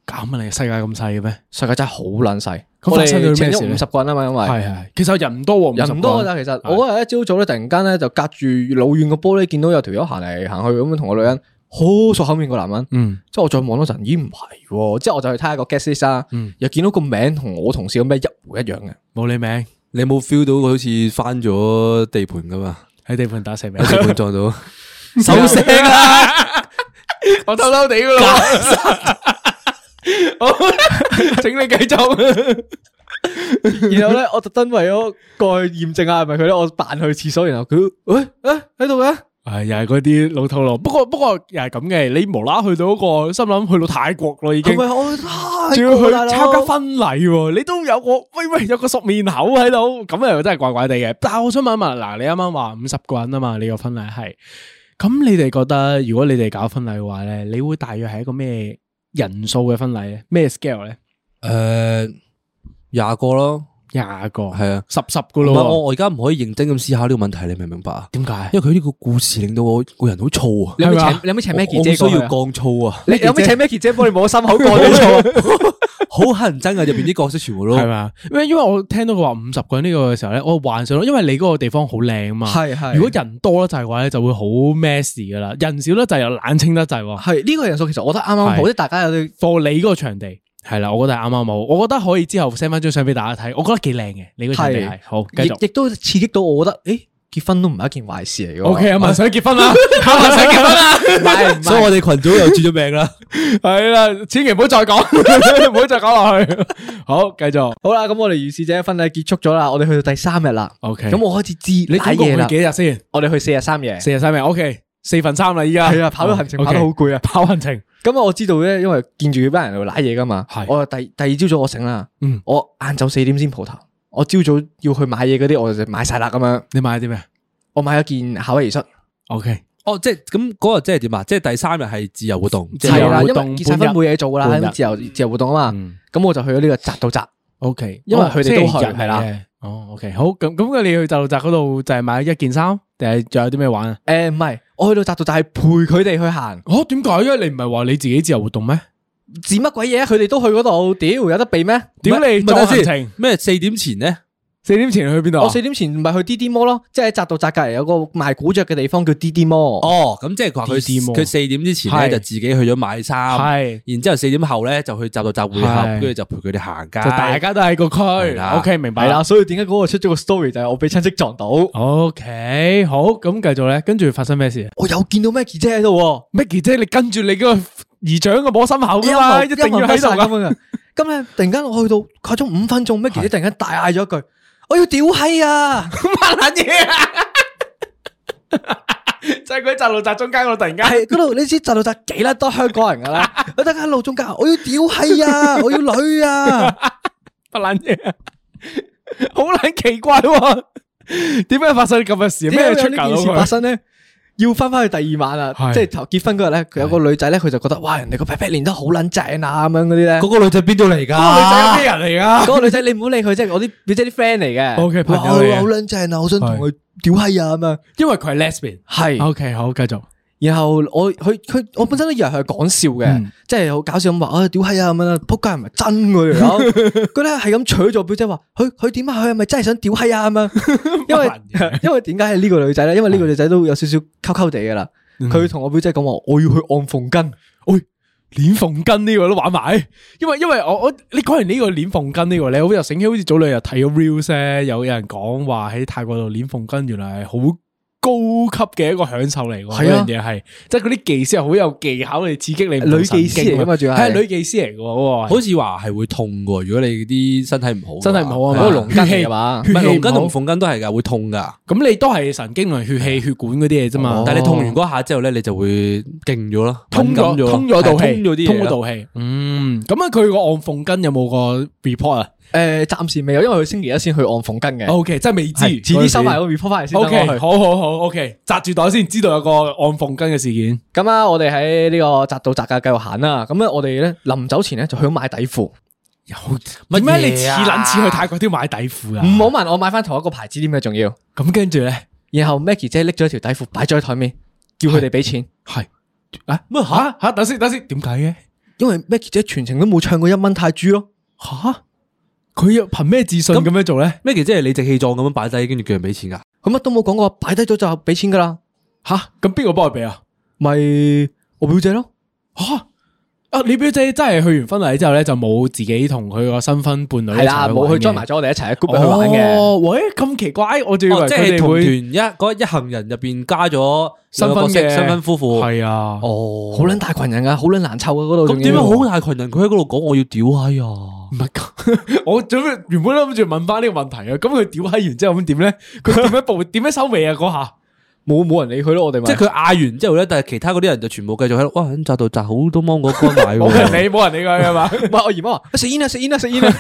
咁啊！你世界咁細嘅咩？世界真係好撚細，咁我發生咗哋咩請事咗咧五十個人啊嘛，因為係係，其實人唔啊多喎，人唔多㗎咋，啊50其實個我嗰日一朝早咧，突然間咧就隔住老遠個玻璃，見到有條友行嚟行去咁樣同個女人。好熟口面個男人，嗯，之後我再望多陣，咦唔係喎，之後我就去睇下個 guest list 啦，嗯又見到個名同我同事個名一模一樣嘅，冇你名。你有冇 feel 到佢好似翻咗地盤咁啊？喺地盤打蛇 尾，半撞到手聲啦，我偷偷地噶咯。好，请你继续。然後咧，我特登為咗過去驗證下係咪佢咧，我扮去廁所，然後佢诶诶喺度嘅， 唉，又系嗰啲老套路。不过不过又系咁嘅，你无啦去到嗰個，心諗去到泰國咯已經，係咪仲我啊要去參大加佬婚禮喎，你都有個喂喂有個熟面口喺度，咁又真係怪怪地嘅。但系我想問一問，嗱，你啱啱話五十個人啊嘛，你個婚禮係，咁你哋覺得如果你哋搞婚禮嘅話咧，你會大約係一個咩人數嘅婚禮咧？咩 scale 咧？诶，廿個咯，廿個係啊十十個唔係我咯喎，我而家唔可以認真咁思考呢個問題，你明唔明白啊？點解？因為佢呢個故事令到我個人好燥啊，你有係冇嘛請你有冇請我 Maggie 我姐需過去要啊？降燥啊， 你有冇請 Maggie 姐幫你摸心口過咗錯？ 好乞人憎啊！入边啲角色全部都係嘛？因為因為我聽到佢話五十個人呢個嘅時候咧，我幻想到，因為你嗰個地方好靚啊嘛，係係如果人多得滯嘅話咧，就會好 mess 噶啦；人少得滯又冷清得滯喎。係呢個人數，其實我覺得啱啱好，係即係大家有啲 for 你嗰個場地係啦，我覺得係啱啱好。我覺得可以之後 send 翻張相俾大家睇，我覺得幾靚嘅。你嗰個場地係係好，繼續亦。亦都刺激到我覺得，诶結婚都唔係一件壞事嚟嘅喎。O K，阿文想結婚啦，啊阿文想結婚啦，唔 係唔所以係，我哋群組又住咗命啦。 係啦，千祈唔好再講，唔 好再講落去。好，繼續。好啦，咁我哋如是者婚禮結束咗啦，我哋去到第三日啦。 OK 咁我開始知你你總嘢共啦去。幾日先？我哋去四日三夜。四日三日。O K，四分三啦，依家係啊跑咗行程 OK，跑得好攰啊跑行程咁我知道咧，因為見住佢班人喺度舐嘢噶嘛係，我第第二朝早我醒啦，嗯我晏晝四點先蒲頭，我朝早要去買嘢嗰啲我就買晒啦咁樣，你買咗啲咩我買咗件夏威夷恤， ？O K，哦，即係咁嗰日即係點啊？即係第三日係自由活動，自即由係係有啦，活因為動結晒婚半日冇嘢做噶啦，半日咁自由自由活動啊嘛嗯，咁我就去咗呢個宅到宅， O K，因為佢哋都去係啦。哦，O K，好咁咁，你去就宅嗰度就係買一件衫，定係仲有啲咩玩啊？呃誒唔係，我去到宅到宅係陪佢哋去行，哦，點解啊？你唔係話你自己自由活動咩？指乜鬼嘢啊？佢哋都去嗰度，屌有得避咩？屌你唔係等做陣行先程，咩四點前咧？四點前去邊度啊？我四點前唔係去 D D 摩咯，即係喺宅到宅隔離有個賣古着嘅地方叫 D D 摩。哦，咁即係話佢 DD 喎佢四點之前係咧就自己去咗買衫，係然之后四點後咧就去集到集會合，跟係住就陪佢哋行街。就大家都喺個係區。啦 O K，明白係啦，啦。所以點解嗰個出咗個 story 就係我俾親戚撞到，我 O K，好咁繼續咧，跟住發生咩事啊又見到 Maggie 姐喺度喎。 ？Maggie 姐，你跟住你嗰個姨丈嘅摸心口阴噶嘛，一啊一定要喺度咁噶。樣嘅。咁咧，突然間我去到跨咗五分鐘，Maggie 姐突然間大嗌咗一句：我要屌閪 啊！乜撚嘢啊？ 就係佢喺窄路窄中間嗰度突然間。係嗰度，你知就到就幾啦多香港人噶啦， 我得喺路中間，我要屌閪啊！ 我要女啊！ 不捻嘢， 好捻奇怪喎、点解发生咁嘅事？點解咩會出有呢格到件事發佢？生咧？要翻翻去第二晚啊，係啊即係頭結婚嗰日咧，佢有個女仔咧，佢就覺得哇，人哋個 pat pat 練得好撚正啊，咁樣嗰啲 咧。嗰個女仔邊度嚟嗰㗎？個女仔係咩人嚟 噶？嗰個女仔你唔好理佢，即係我啲表姐啲 friend 嚟嘅。 OK，朋友哇嚟嘅好撚正啊！我想同佢屌閪啊咁樣。因为佢系 lesbian。係。 O K，好，继续。然後我佢佢我本身都以為佢係講笑嘅，嗯即係好搞笑咁話啊屌閪啊咁樣啦，仆街唔係真 嘅嚟講，佢咧係咁取咗表姐話佢佢點啊佢係咪真係想屌閪啊咁 樣？因為因為點解係呢個女仔咧？因為呢個女仔都有少少溝溝地嘅啦，嗯佢同我表姐講話我要去按縫巾，喂，链缝巾呢个都玩埋，因为因为我我你讲完呢个链缝巾呢个咧，我又醒起好似早兩日睇咗 reels 咧，有有人讲话喺泰国度链缝巾原来系好高级嘅一个享受嚟喎，嗰係啊样嘢系，即系嗰啲技师係好有技巧嚟刺激你女技師嚟㗎嘛仲要係啊系女技师嚟嘅喎，好似話係會痛㗎，如果你啲身體唔好嘅話，真係唔好啊嘛嗰個龍筋嚟㗎嘛血唔氣係龍唔筋好同縫筋都係㗎，會痛㗎。咁你都係神經同血氣、血管嗰啲嘢啫嘛。但係你痛完嗰下之後咧，你就會勁咗咯，哦通敏感咗通咗道係氣，通咗啲通嘢咗咯。道氣。嗯，咁啊，佢個按縫筋有冇個 report 啊哦誒暫時未有，因為佢星期一先去按縫巾嘅， ？OK，真係未知，係遲啲收埋個 report 翻嚟先 O 等 K，我去。好好好，O K，扎住袋先，知道有個按縫筋嘅事件。咁啊，我哋喺呢個宅到宅嘅繼續行啦。咁咧，我哋咧臨走前咧就去咗買底褲。有乜點嘢啊解你似撚似去泰國都要買底褲啊？唔好問我買翻同一個牌子啲咩重要。咁跟住咧，然後 Maggie 姐拎咗條底褲擺咗喺台面，叫佢哋俾錢。係啊乜吓吓？等先等先，點解嘅因為 Maggie 姐全程都冇唱過一蚊泰铢咯。吓？佢又憑咩自信咁樣做咧？咩其即係理直氣壯咁樣擺低，跟住叫人俾錢㗎。佢乜都冇講過，擺低咗就俾錢噶啦。吓咁邊個幫佢俾啊？咪我表姐咯。吓啊，你表姐真係去完婚禮之後咧，就冇自己同佢個新婚伴侶系啦，冇去 join 裝埋咗我哋一齊喺 group 入去玩嘅。哦，喂，咁奇怪，我仲以為哦，即佢係哋同團會一嗰一行人入边加咗新兩個婚角色嘅新婚夫婦，係啊，哦，好撚大群人噶，好撚難湊啊！嗰度咁仲點解要好大群人佢喺嗰度講我要屌閪啊？ 唔係咁，我準備原本諗住問翻呢個問題啊，咁佢屌閪完之後咁點咧？佢點樣步？點樣收尾啊？嗰下冇冇人理佢咯？我哋咪即係佢嗌完之後咧，但係其他嗰啲人就全部繼續喺度，哇！咁摘到摘好多芒果乾 奶冇人喎，理，冇人理佢係嘛？ 唔係我姨媽話食煙啊食煙啊食煙啊！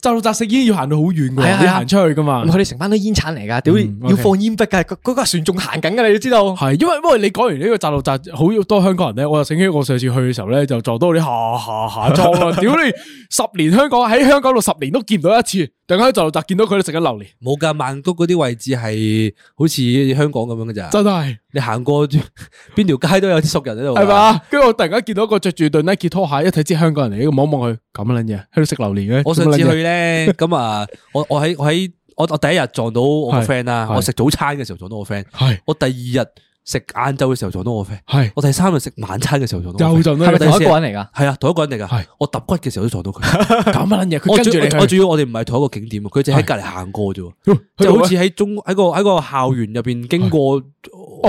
就扎食煙要行到好遠係啊係㗎，啊要行出去㗎嘛唔係。佢哋成班都煙鏟嚟噶，屌嗯要 OK 放煙筆噶，嗰嗰架船仲行緊噶，你要知 道。係，因為因為你講完呢個扎路扎，好多香港人咧，我又醒起我上次去嘅時候咧，就撞到啲下下下裝啊！屌你，十年香港喺香港度十年都見唔到一次，突然間喺扎路扎見到佢哋食緊榴蓮，冇㗎，曼谷嗰啲位置係好似香港咁樣嘅咋，真係你行過 邊條街都有啲熟人喺度，係？嘛？跟住我突然間見到一個着住對 Nike 拖鞋，一睇知香港人嚟，望一望佢咁撚嘢，喺度食榴蓮嘅。我上次去咧，咁啊，我我喺我喺我我第一日撞到我個係 friend 啦，係我食早餐嘅時候撞到我 friend，係我第二日食晏晝嘅時候撞到我 friend，係我第三日食晚餐嘅時候撞到我 friend，又撞到係咪你同一個人嚟㗎？係啊，同一個人嚟係噶，我揼骨嘅時候都撞到 佢。咁撚嘢，佢我跟住仲你要我去仲要我哋唔係同一個景點，佢淨喺隔離行過啫喎， 即係好似喺中喺個喺個校園入邊經過。哦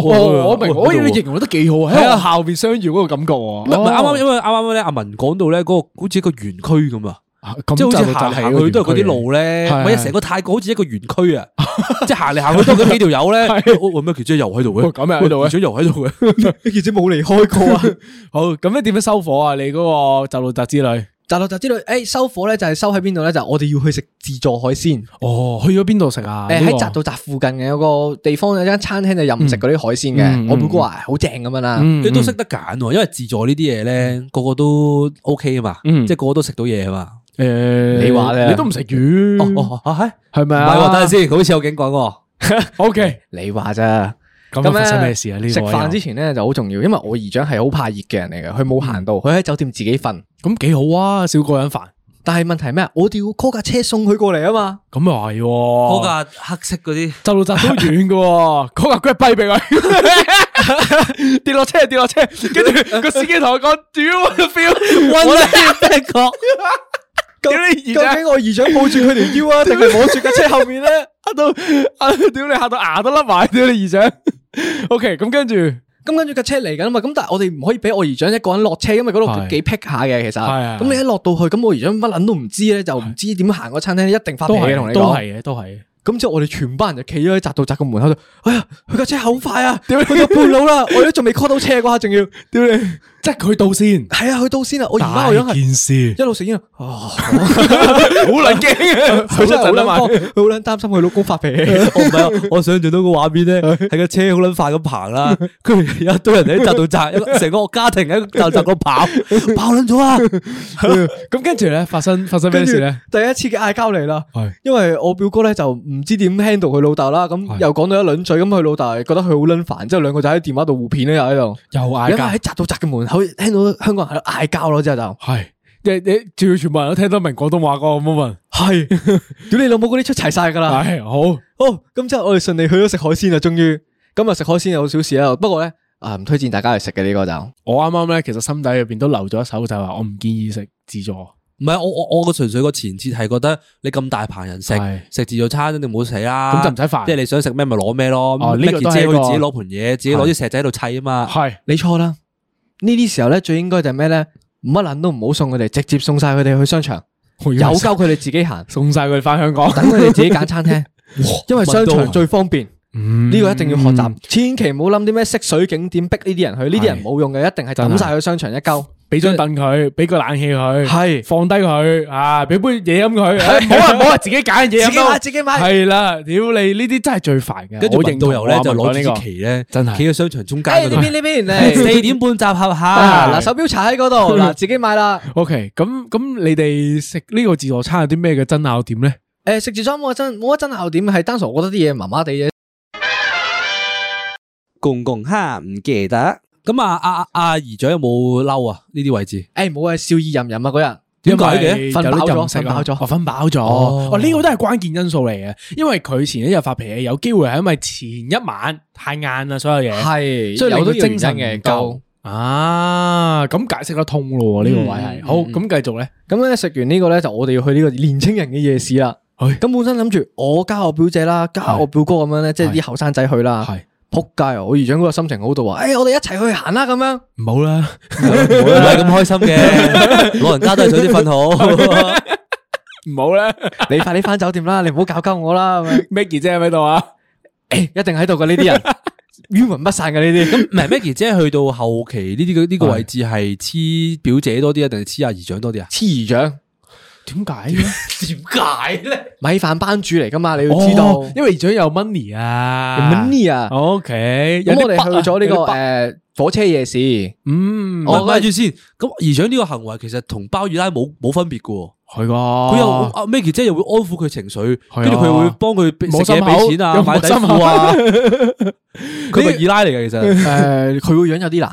我我明，我以為你唔形容得幾好啊！係啊喺校面相遇嗰個感覺喎，係唔係啱啱，啱因為啱啱咧，阿文講到咧嗰個好似一個園區咁啊，哦咁即係好就似行就嚟係行去都係嗰啲路咧，啊係或者係成個泰國好似一個園 區啊，即係行嚟行去都係嗰幾條友咧。係喂，咩奇姐又喺度嘅？喂咁又啊喺度嘅喂奇姐又喺度嘅。而且冇離開過啊！好，咁咧點樣收火啊？你嗰個就路宅之旅，就就知道，誒收火咧就係收喺邊度咧？就係我哋要去食自助海鮮。哦，去咗邊度食啊？誒呢喺個宅到宅附近嘅有個地方有間餐廳就任食嗰啲海鮮嗯嗯嘅，我表哥話好正咁樣啦。嗯你都識得揀喎，因為自助呢啲嘢咧，個個都 OK 啊嘛，嗯即係個個都食到嘢啊嘛。誒，你話咧你都唔食魚，哦哦啊係，係咪唔嗯啊？哦係喎，等陣先，好似有警講喎。 O K，你話咋？咁啊咧發生咩事啊呢個食又飯之前咧就好重要，因為我姨丈係好怕熱嘅人嚟嘅，佢冇行到，佢喺酒店自己瞓。咁幾好啊，少個人飯，但係問題係咩啊？我哋要 call 架車送佢過嚟啊嘛。咁又係喎，嗰架黑色嗰啲，就路宅都遠 嘅喎，嗰架 grab 跛俾佢，跌落車跌落車，跟住個司機同我講：屌我 feel，我的 確，究屌你姨究丈竟我姨丈抱住佢條腰啊，定係摸住架車後面咧？嚇到嚇屌你嚇到牙都甩埋，屌你姨丈。O K，咁跟住係咁跟住架車嚟緊啊嘛，咁但係我哋唔可以俾我姨丈一個人落車，因為嗰度係幾僻下嘅其實。係係咁你一落到去，咁我姨丈乜撚都唔知咧，就唔知點行個餐廳，一定發脾氣同你都講。係嘅，都係嘅。咁之後我哋全班人就企咗喺閘到閘個門口度，哎呀，佢架車好快啊，去到半路 啦，我都仲未 call 到車啩，仲要屌你，即係佢到先。係啊，去到先啊，我姨媽大個樣係件事，一路食煙啊， 哦好撚啊 驚，佢佢真係真係好好撚慌，撚慌。佢好撚擔心佢老公發脾 我氣。啊唔係啊，我想象到個畫面咧， 係架車好撚快咁行啦，跟住有一堆人喺扎度扎，一 個成個家庭喺扎扎度跑，爆撚咗 啊！咁跟住咧，發生發生咩事咧？第一次嘅嗌交嚟啦係，因為我表哥咧就唔知點 handle 佢老豆啦，咁又講到一輪嘴，咁佢老豆係覺得佢好撚煩，之後兩個就喺電話度互片啊咧，又喺度。又嗌因交為喺，宅到宅嘅門口聽到香港人喺度嗌交咯，之後 就係你你仲要全部人都聽得明廣東話個 moment，係屌你老母嗰啲出齊晒噶啦。係好哦，咁之後我哋順利去咗食海鮮啦，終於咁啊食海鮮有好小事啦，不過咧啊唔推薦大家去食嘅呢個就。我啱啱咧，其實心底入邊都留咗一手，就係話我唔建議食自助。唔係我我我個純粹個前設係覺得你咁大棚人食係食自助餐一定冇死啦，咁就唔使煩即係你想食咩咪攞咩咯。哦呢個都係自己一可個以自己攞盤嘢，自己攞啲石仔喺度砌啊嘛。係你錯啦，呢啲時候咧最應該就係咩咧？乜撚都唔好送佢哋，直接送晒佢哋去商場，有鳩佢哋自己行。送晒佢翻香港，等佢哋自己揀餐廳，因為商場最方便。呢呢個一定要學習，千祈唔好諗啲咩識水景點逼呢啲人去，呢啲人冇用嘅，一定係抌晒去商場一鳩。俾張凳佢，俾個冷氣佢，係放低佢啊，俾杯嘢飲佢，唉唔好啊唔好啊，自己揀嘢飲咯，自己係啦，屌你呢啲真係最煩嘅。跟住我文認導同遊咧啊就文攞講呢住個支旗咧，真係企喺商場中間誒嗰呢度哎邊。 呢邊四嚟點半集合啊！嗱，下，手錶搽喺嗰 度，嗱自己買啦。 O K，咁咁你哋食呢個自助餐有啲咩嘅爭拗點咧？誒食自助冇乜真冇乜真拗點，係單純我覺得啲嘢麻麻地嘅。公公哈唔記得。咁啊，阿阿阿姨長有冇嬲啊？呢啲位置誒冇啊，笑意吟吟啊嗰日。點解嘅因為瞓飽有啲咗任性啊瞓飽咗哦瞓飽咗，哦哦呢個都係關鍵因素嚟嘅，因為佢前一日發脾氣，有機會係因為前一晚太晏啦，所有嘢係，所以有都令到精神精神嘅唔夠夠。啊，咁解釋得通咯喎，呢個位係好，咁繼續咧，咁咧食完呢個咧，就我哋要去呢個年青人嘅夜市啦。係咁本身諗住我加我表姐啦，加我表哥咁樣咧，即係啲後生仔去啦。係仆街啊！我姨丈嗰個心情好到話，哎誒，我哋一齊去行啦咁樣。唔好啦，唔係咁開心 嘅，老人家都係早啲瞓好。唔好啦 你快啲翻酒店啦，你唔好搞鳩我啦。咁 樣，Maggie 姐喺度啊，誒一定喺度嘅呢啲人， 冤魂不散嘅呢啲。唔係 Maggie 姐去到後期呢啲呢個位置係黐表姐多啲啊，定係黐阿姨丈多啲啊？黐姨丈，點解咧？點解咧？米飯班主嚟噶嘛，你要知道。哦因為而家有 money à. 啊 Money 啊，OK，有咁啲我哋北啊去咗呢個有啲北誒火車夜市，嗯，我哦咪住先，咁姨丈呢個行為其實同包二奶冇冇分別嘅喎。係噶，佢佢又阿 Maggie 姐又會安撫佢情緒，哦係啊跟住佢會幫佢俾食冇心嘢口俾錢啊，又買底冇心口褲 啊。佢咪二奶嚟嘅其實，誒佢個樣有啲難。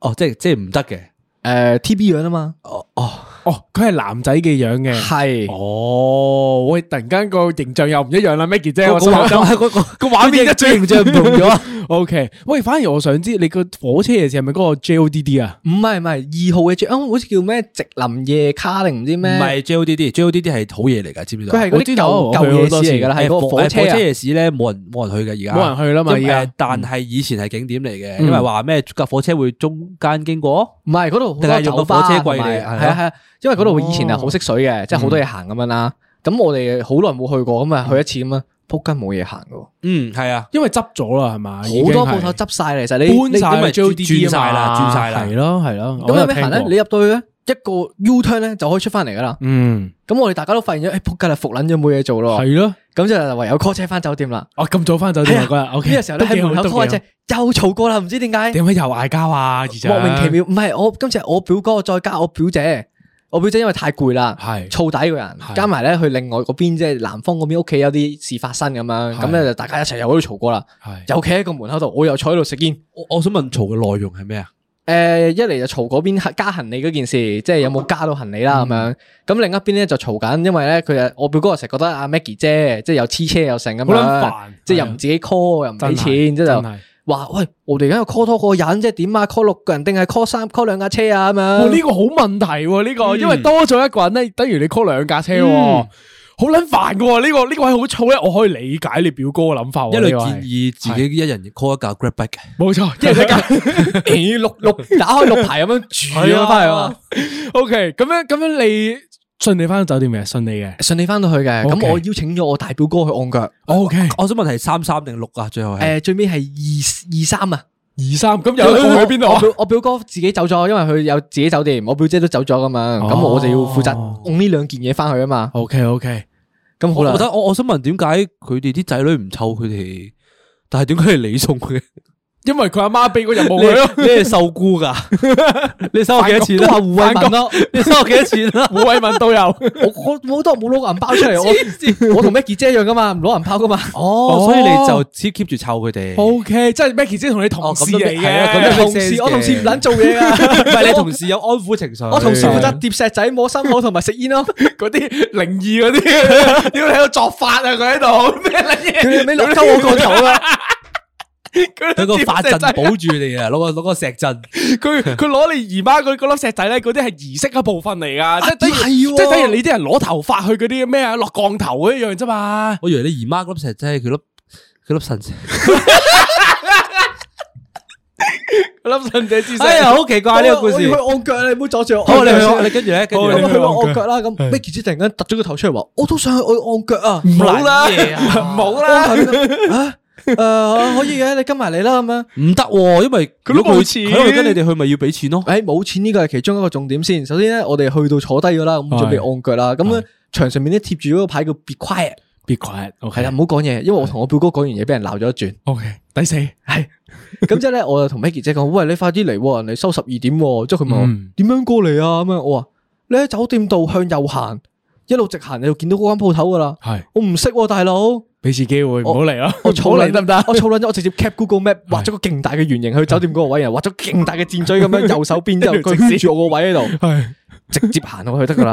哦，即係即係唔得嘅。诶、t B 樣啊嘛，哦哦，哦，佢係男仔嘅樣嘅，係哦，喂，突然間個形象又唔一樣啦，Maggie 姐，個我心諗 個個個畫面一轉形象唔同 咗。 O K，喂，反而我想知你個火車夜市係咪嗰個 J O D D 啊？唔係唔係二號嘅最，啱好似叫咩直林夜卡定唔知唔咩？係 JODD，JODD 係好嘢嚟㗎，知唔知道？佢係嗰我知啲道舊我去舊夜好多市嚟次㗎啦，係嗰個誒火車火啊車夜市咧，冇人冇人去嘅而家，冇人去啦嘛咁而家啊誒但係以前係景點嚟嘅，因為話咩架火車會中間經過。唔係嗰度好定係多用酒個吧火車櫃嚟同埋係係啊啊係啊，因為嗰度以前係好識水嘅，即係好多嘢行咁樣啦。咁我哋好耐冇去過，咁啊去一次咁啊，仆街冇嘢行嘅喎，嗯，係啊，因為執咗啦，係嘛？好多鋪頭執執啊晒嚟，其實你你搬晒因去為 J O D D 轉晒啦轉晒啦係咯係咯。咁我有有咩聽行咧？過你入到去咧，一個 U turn 咧就可以出翻嚟㗎啦。嗯咁我哋大家都發現咗，誒哎仆街啦，服撚咗冇嘢做咯，係咯，咁就唯有 call 車翻酒店啦。我咁早翻酒店啊嗰日，O K，呢個時候咧喺門口 call 車又嘈過啦，唔知點解。 點解又嗌交啊？而且莫名其妙，唔係我今次係我表哥再加我表姐，我表姐因為太攰啦，係燥底個人，係加埋咧去另外嗰邊即係南方嗰邊屋企有啲事發生咁樣，咁咧就大家一齊又喺度嘈過啦，係又企喺個門口度，我又坐喺度食煙。我我想問嘈嘅內容係咩啊？誒、一嚟就嘈嗰邊加行李嗰件事，即係有冇加到行李嗯啦咁樣。咁另一邊咧就嘈緊，因為咧佢啊，我表哥成日覺得阿 Maggie 姐即係又黐車又成咁好撚煩樣，即係又唔自己 call 又唔俾真係錢，即係真就係。話喂，我哋而家要 call 多個人，即係點啊？call 六個人定係 call 三 call 兩架車啊咁哇！樣呢。個好問題喎，呢個因為多咗一個人咧，等於你 call 兩架車喎，好撚煩噶喎！呢個呢個位好燥咧，我可以理解你表哥嘅諗法喎。一哦呢類個係建議自己一人 call 一架 Grab bike 嘅。冇錯，因為佢咦，六六 打開六排咁樣住 係啊咗翻去啊！ O K，咁樣咁樣你順利翻到酒店嘅，順利嘅。順利翻到去嘅，咁 OK 我邀請咗我大表哥去按腳。 O K，我想問係三三定六啊？最後係誒，最尾係二二三啊！二三咁又去邊度我啊？表我表哥自己走咗，因為佢有自己酒店，我表姐都走咗咁樣，咁我就要負責按呢兩件嘢翻去啊嘛。 O K O K，咁好我啦覺，得我我想問點解佢哋啲仔女唔湊佢哋，但係點解係 你送嘅？因為佢阿媽俾個任務你佢咯，你係受雇㗎？你收我幾多錢都啊？話胡慧敏咯，你收我幾多 錢啊？胡偉文都有。我我我都冇攞銀包出嚟，我我同 Maggie 姐一樣噶嘛，唔攞銀包噶嘛。哦，所以你就只 keep 住湊佢哋。 O K，即係 Maggie 姐同你同事嚟哦咁都係啊咁嘅，都同事我同事唔撚做嘢啊，唔係你同事有安撫情緒，我同事負責疊石仔、摸心口同埋食煙 咯。嗰啲 靈異嗰啲，屌你喺度作法啊！佢喺度咩撚嘢？佢哋咪落鳩我個頭啊啦！佢 個法陣保住你啊，攞個攞個石陣，佢佢攞你姨媽嗰嗰粒石仔咧，嗰啲係儀式一部分嚟噶，即係等於係喎即係等於你啲人攞頭髮去嗰啲咩啊落降頭嗰一樣啫嘛。我以為你姨媽嗰粒石真係佢粒佢粒神石，粒神者之 石，哎呀，好奇怪呢個故 我要事去。按腳啊啦，你唔好阻住我。好，你按去腳先你跟住咧，跟住好咁我你去去按腳我按腳啦，咁 Vicky 姐突然間突咗個頭出嚟話：我都想去按腳啊！唔好啦，嘢唔好啦，啦，啊誒可以嘅，你跟埋嚟啦咁樣。唔得喎，因為都如果冇錢佢如果跟你哋去咪要俾錢咯。誒冇錢呢個係其中一個重點先。首先咧，我哋去到坐低咗啦，咁準備按腳啦。咁咧牆上面咧貼住嗰個牌叫 Be Quiet，別怪，係係啦，唔好講嘢，因為我同我表哥講完嘢，俾人鬧咗一轉。 ，OK，第四，係咁之後咧，我就同 Maggie 姐講：喂，你快啲嚟喎，人哋收十二點喎。之後佢問我嗯點樣過嚟啊？咁樣我話你喺酒店度向右行，一路直行你就見到嗰間鋪頭噶啦。係我唔識喎，大佬。俾次機會，唔好嚟啦，我儲你撚得唔得？我儲撚咗，我直接 cap Google Map 畫咗個勁大嘅圓形去酒店嗰個位，然後畫咗勁大嘅箭嘴咁樣右手邊，之後佢圈住我個位喺度，係直接行落去得噶啦。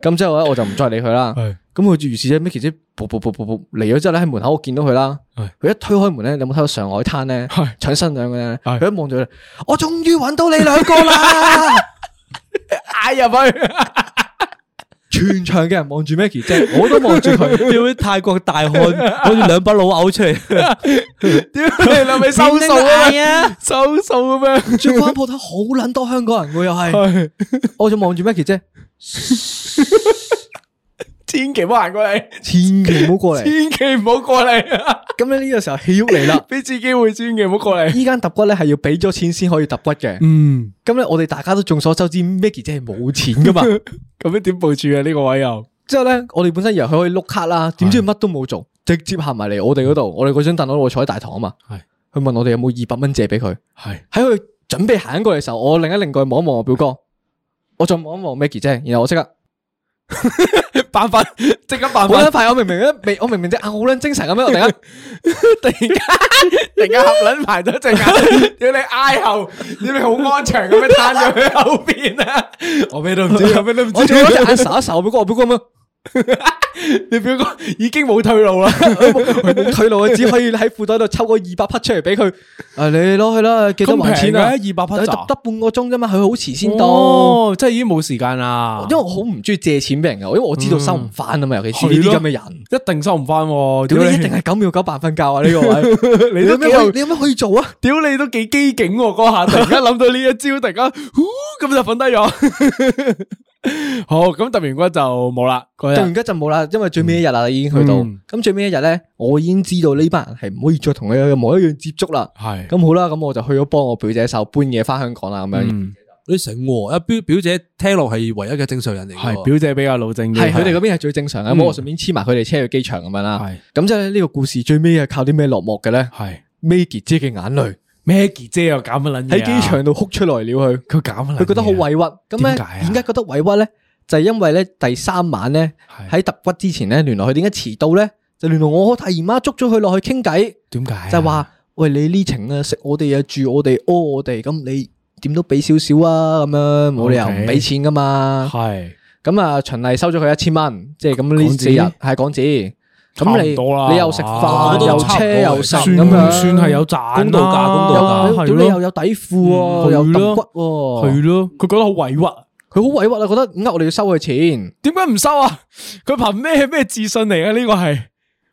咁之後咧，我就唔再理佢啦。係咁佢如是者 Micky 姐步步步步步嚟咗之後咧，喺門口我見到佢啦。係佢一推開門咧，你有冇睇到上海灘咧？係搶新娘嘅咧，係佢一望住佢，我終於揾到你兩個啦！嗌入去，全場嘅人望住 Micky 姐，我都望住 佢。屌啲泰國大漢好似兩把老嘔出嚟，屌你两味收数 哎啊！收数咁样，最嗰間鋪頭好撚多香港人嘅又係，係我就望住 Micky 姐，千祈唔好行过嚟，千祈唔好過嚟。千祈唔好过嚟，咁咧呢個時候氣喐嚟啦。俾次机會千祈唔好過嚟。依間揼骨咧係要俾咗錢先可以揼骨嘅。嗯，咁咧，我哋大家都眾所周知，Maggie 姐係冇錢噶嘛。 咁樣點部署啊？呢個位又之後咧，我哋本身以為佢可以碌卡啦，點知佢乜都冇做，直接行埋嚟我哋嗰度。我哋嗰張凳我坐喺大堂啊嘛。嗯係佢問我哋有冇二百蚊借俾佢。係喺佢準備行過嚟嘅時候，我另一另過去望一望我表哥，我再望一望 Maggie 姐，然後我即刻。 辦法，即刻辦好撚快！我明明咧，未我明明隻眼好撚精神咁樣，我突然間突 然間，突然間合撚埋咗隻眼，屌你挨後，屌你好安詳咁樣攤咗佢後邊啊！我咩 都唔知，我咩都唔我仲有隻眼睄一睄我表哥，我表哥咁樣。 你表哥已經冇退路啦， 佢冇退路，只可以喺褲袋度抽個二百匹出嚟俾佢。啊，你攞去啦，記得還錢啊！咁平嘅200匹咋得得半個鐘啫嘛，佢好遲先到。哦，即係已經冇時間啦因為我好唔中意借錢俾人噶，因為我知嗯道收唔翻啊嘛，尤其是呢啲咁嘅人。一定收唔翻喎，屌你一定係九秒九扮瞓覺啊！呢個位， 你你有都幾咩可有以你有咩可以做啊？屌你都幾機警喎！嗰下突然間諗到呢一招，突然間 呼咁就瞓低咗。 好，咁揼完骨就冇啦。嗰突日然間就冇啦，因為最尾一日啦，已經去到。啊嗯咁最尾一日咧，我已經知道呢班人係唔可以再同佢有任何一樣接觸啦。係咁好啦，咁我就去咗幫我表姐手搬嘢翻香港啦，咁樣。嗯你醒喎！阿表表姐聽落係唯一嘅正常人嚟嘅係喎，表姐比較老正啲，係佢哋嗰邊係最正常啊嘅，咁、嗯我順便黐埋佢哋車去機場咁樣啦係。咁即係呢個故事最尾係靠啲咩落幕嘅咧係？Maggie 姐嘅眼淚 Maggie 姐又搞乜撚嘢喺啊機場度哭出來了，佢佢搞乜撚嘢啊？佢覺得好委屈。咁咧點解啊點解覺得委屈咧？就係因為咧第三晚咧係喺揼骨之前咧，原來佢點解遲到咧？就原來我大姨媽捉咗佢落去傾偈，點解啊？就係話喂你呢程啊食我哋啊住我哋屙我哋，咁你點都俾少少啊咁樣，冇理由唔 OK 俾錢噶嘛。係咁啊，循例收咗佢一千蚊，即係咁呢港紙四日係港紙。咁差唔多啦你你又食哇我飯都又差唔多車嚟又食算咁樣，算係有賺啦，啊公道價公道又係屌你又咯，有底褲喎，嗯又係咯揼骨喎係，咯，佢覺得好委屈。佢好委屈啊！覺得點解我哋要收佢錢？點解唔收啊？佢憑咩咩自信嚟啊？呢個係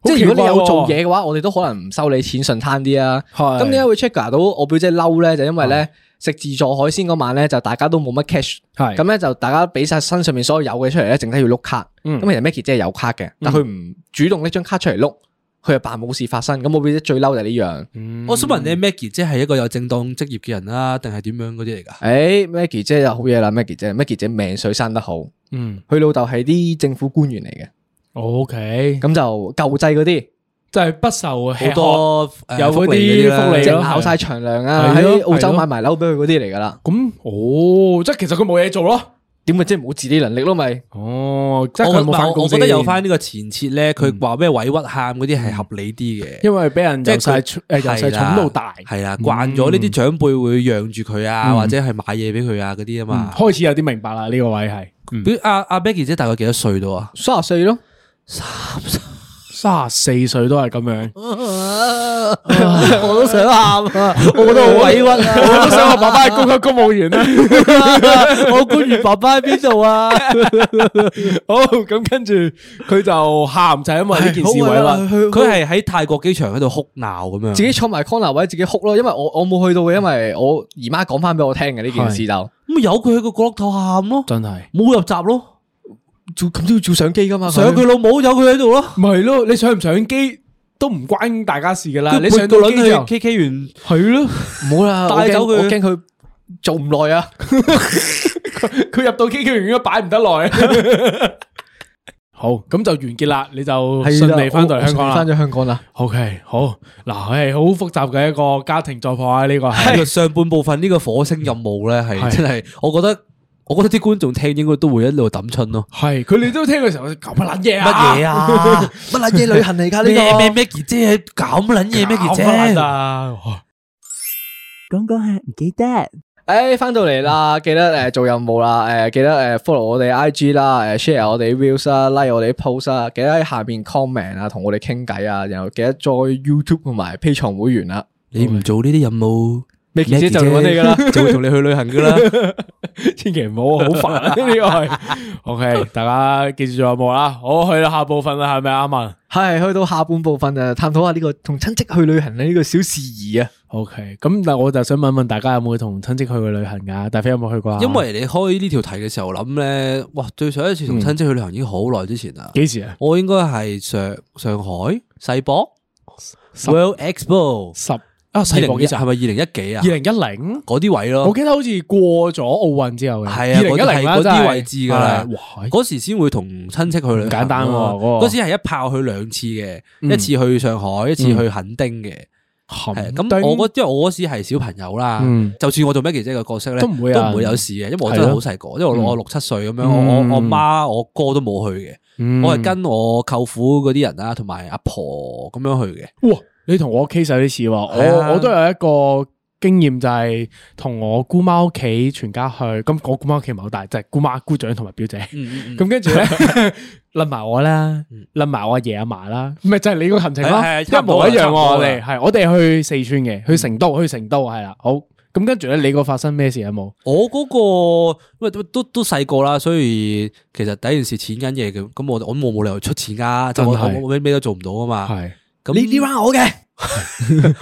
即係如果你有做，好奇怪喎嘢嘅話，我哋都可能唔收你錢，順攤啲啊。係咁點解會 check 到我表姐嬲咧？就因為咧食自助海鮮嗰晚咧，就大家都冇乜 cash，係咁咧就大家俾晒身上面所有有嘅出嚟咧，剩低要碌卡。咁嗯其實 Maggie 姐係有卡嘅，但佢唔主動拎張卡出嚟碌，佢又扮冇事發生。咁我表姐最嬲就係呢樣。嗯我想問你，Maggie 姐係一個有正當職業嘅人啦，定係點樣嗰啲嚟㗎？诶、m a g g i e 姐就好嘢啦，Maggie 姐，Maggie 姐命水生得好，嗯佢老豆係啲政府官員嚟嘅， ，OK，咁就救濟嗰啲，就係不受吃好多喝誒有嗰福利嗰啲啦啲福利即咯，係咬晒係長糧啊，係咯喺澳洲係咯買埋樓俾佢嗰啲嚟噶啦，咁哦，即係其實佢冇嘢做咯。點咪即係冇自理能力咯咪？哦，即係我佢冇翻我工嗯我覺得有翻呢個前設咧，佢話咩委屈喊嗰啲係合理啲嘅，因為俾人即係嗯由佢細誒由細寵到大，嗯係啦，慣咗呢啲長輩會讓住佢啊，或者係買嘢俾佢啊嗰啲啊嘛。開始有啲明白啦。呢個位係啊比如阿阿 Maggie 姐大概幾多歲到啊？三十歲咯，三十四歲都係咁樣。我都想喊啊！ 我覺得好委屈啊！我都想我爸爸係高級公務員啦。 我官員爸爸喺邊度啊？ 好，咁跟住佢就喊， 就係因為呢件事委屈。佢係喺泰國機場喺度哭鬧咁樣。啊自己坐埋 corner 位，自己哭咯。因為我我冇去到嘅，因為我姨媽講翻俾我聽嘅呢件事就咁咪由佢喺個角落頭喊咯，真係冇入閘咯，照咁都要照相機噶嘛。上佢老母由佢喺度咯。咪係咯？你上唔上機都唔關大家事噶啦。你啊你上上到到機之輪後，去 K K 完，係咯，唔好啦，帶走佢我驚佢做唔耐啊！佢入到機票員應該擺唔得耐。 好，咁就完結啦，你就順利翻到嚟香港翻啦。咗香港啦。 OK，好，嗱，佢係好複雜嘅一個家庭狀況啊，呢個呢個係上半部分呢個火星任務咧，係係真係，我覺得我覺得啲觀眾聽應該都會一路抌春咯。係佢哋都聽嘅時候，搞乜撚嘢啊？乜哎嘢啊？ 乜撚嘢旅行嚟噶咩咩 Maggie 姐咁撚嘢搞，Maggie 乜撚姐。啊？ 講講下唔記得。诶，翻到嚟啦，記得诶做任務啦，诶記得诶 follow 我哋 IG 啦，诶 share 我哋 views 啦，like 我哋 post 啦，記得喺下面 comment 啊，同我哋傾偈啊，然後記得 join YouTube 同埋 P 床會員啦。你唔做呢啲任務 Maggie 姐就會會揾你㗎 啦，就會同你去旅行噶啦。千祈唔好，好煩啊！呢個係 OK，大家記住仲有冇啦？好，去到下部分啦，係咪啊阿文係去到下半部分啊，探討下呢個同親戚去旅行呢個小事宜啊。 ？OK，咁但我就想問問大家有冇同親戚去過旅行㗎？大飛有冇去過啊？因為你開呢條題嘅時候諗咧，哇！最上一次同親戚去旅行已經好耐之前啦。幾時啊？我應該係上上海世博 World Expo 十啊，二世零博一幾時係啊？咪二零一幾啊二？零一零，嗰啲位咯我，記得好似過咗奧運之後嘅，係啊，二零嗰一啲係零啦，嗰真係啲位置㗎啦係哇。嗰時先會同親戚去旅行咯。唔簡單喎嗰個嗯嗰時係一炮去兩次嘅，一次去上海，一次去墾丁嘅。係冚咁丁我嗰因為我嗰時係小朋友啦嗯，就算我做 Maggie 姐嘅角色咧，都唔會啊嗯都唔會有事嘅，因為我真係好細個，因為我我六七歲咁樣，我我我媽我哥都冇去嘅，嗯我係跟我舅父嗰啲人啦，同埋阿婆咁樣去嘅。哇！你同我 case 有啲似喎，係啊我我都有一個經驗就係同我姑媽屋企全家去，咁我姑媽屋企唔係好大，就係姑媽、姑丈同埋表姐。嗯咁跟住咧， 冧埋我啦，冧埋我阿爺阿嫲啦，咪就係你個行程係啦，嗯係差一唔多模啦一樣差喎。唔多啦啊嗯我哋係我哋去四川嘅，去成都，去成都係啦。好，咁跟住咧，你個發生咩事有啊冇？我嗰、個，因為都都細個啦，所以其實第一件事錢緊嘢嘅，咁我我冇冇理由出錢噶，就我真係我咩咩都做唔到啊嘛。係咁呢呢 round 我嘅，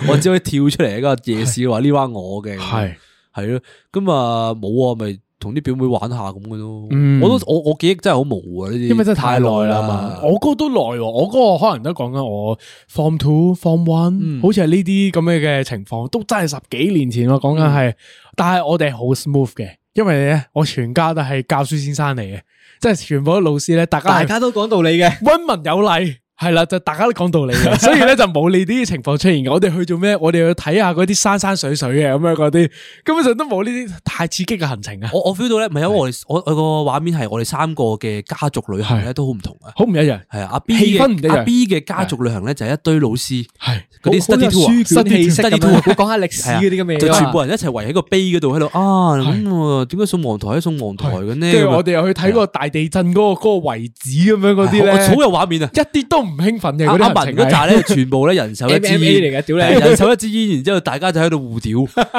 我只可以跳出嚟喺個夜市話呢 round 我嘅，係係咯。咁啊冇啊，咪同啲表妹玩下咁嘅咯。嗯我都我我記憶真係好模糊啊呢啲，因為真係太耐啦嘛，我嗰個都耐喎，我嗰個可能都講緊我 form two、form one，、嗯好似係呢啲咁嘅嘅情況，都真係十幾年前喎，講緊係，但係我哋好 smooth 嘅，因為咧我全家都係教書先生嚟嘅，即係全部啲老師咧，大家大係家都講道 理嘅，温文有禮。係啦，就大家都講道理嘅，所以咧就冇呢啲情況出現嘅。我哋去做咩？我哋去睇下嗰啲山山水水嘅咁樣嗰啲，根本上都冇呢啲太刺激嘅行程啊，我我 feel 到咧，唔係因為我哋我我個畫面係我哋三個嘅家族旅行咧都好唔同啊。好唔一樣，係啊，阿 B 氣氛唔一嘅樣阿 B 嘅家族旅行咧就係一堆老師。係嗰啲好好有 study tour 啊書卷氣息 study 咁 tour 啊樣，會講下歷史啊嗰啲咁嘅嘢。就全部人一齊圍喺個碑嗰度喺度啊，咁喎點解送黃台喺送黃台嘅呢？跟住我哋又去睇個大地震嗰個嗰個遺址咁樣嗰啲我好咧，有畫面啊！一啲都唔興奮嘅阿嗰阿啲行文程嗰係扎咧，全部咧人手一 支 MMA 煙嚟嘅屌你係人手一支煙，然之後大家就喺度互屌，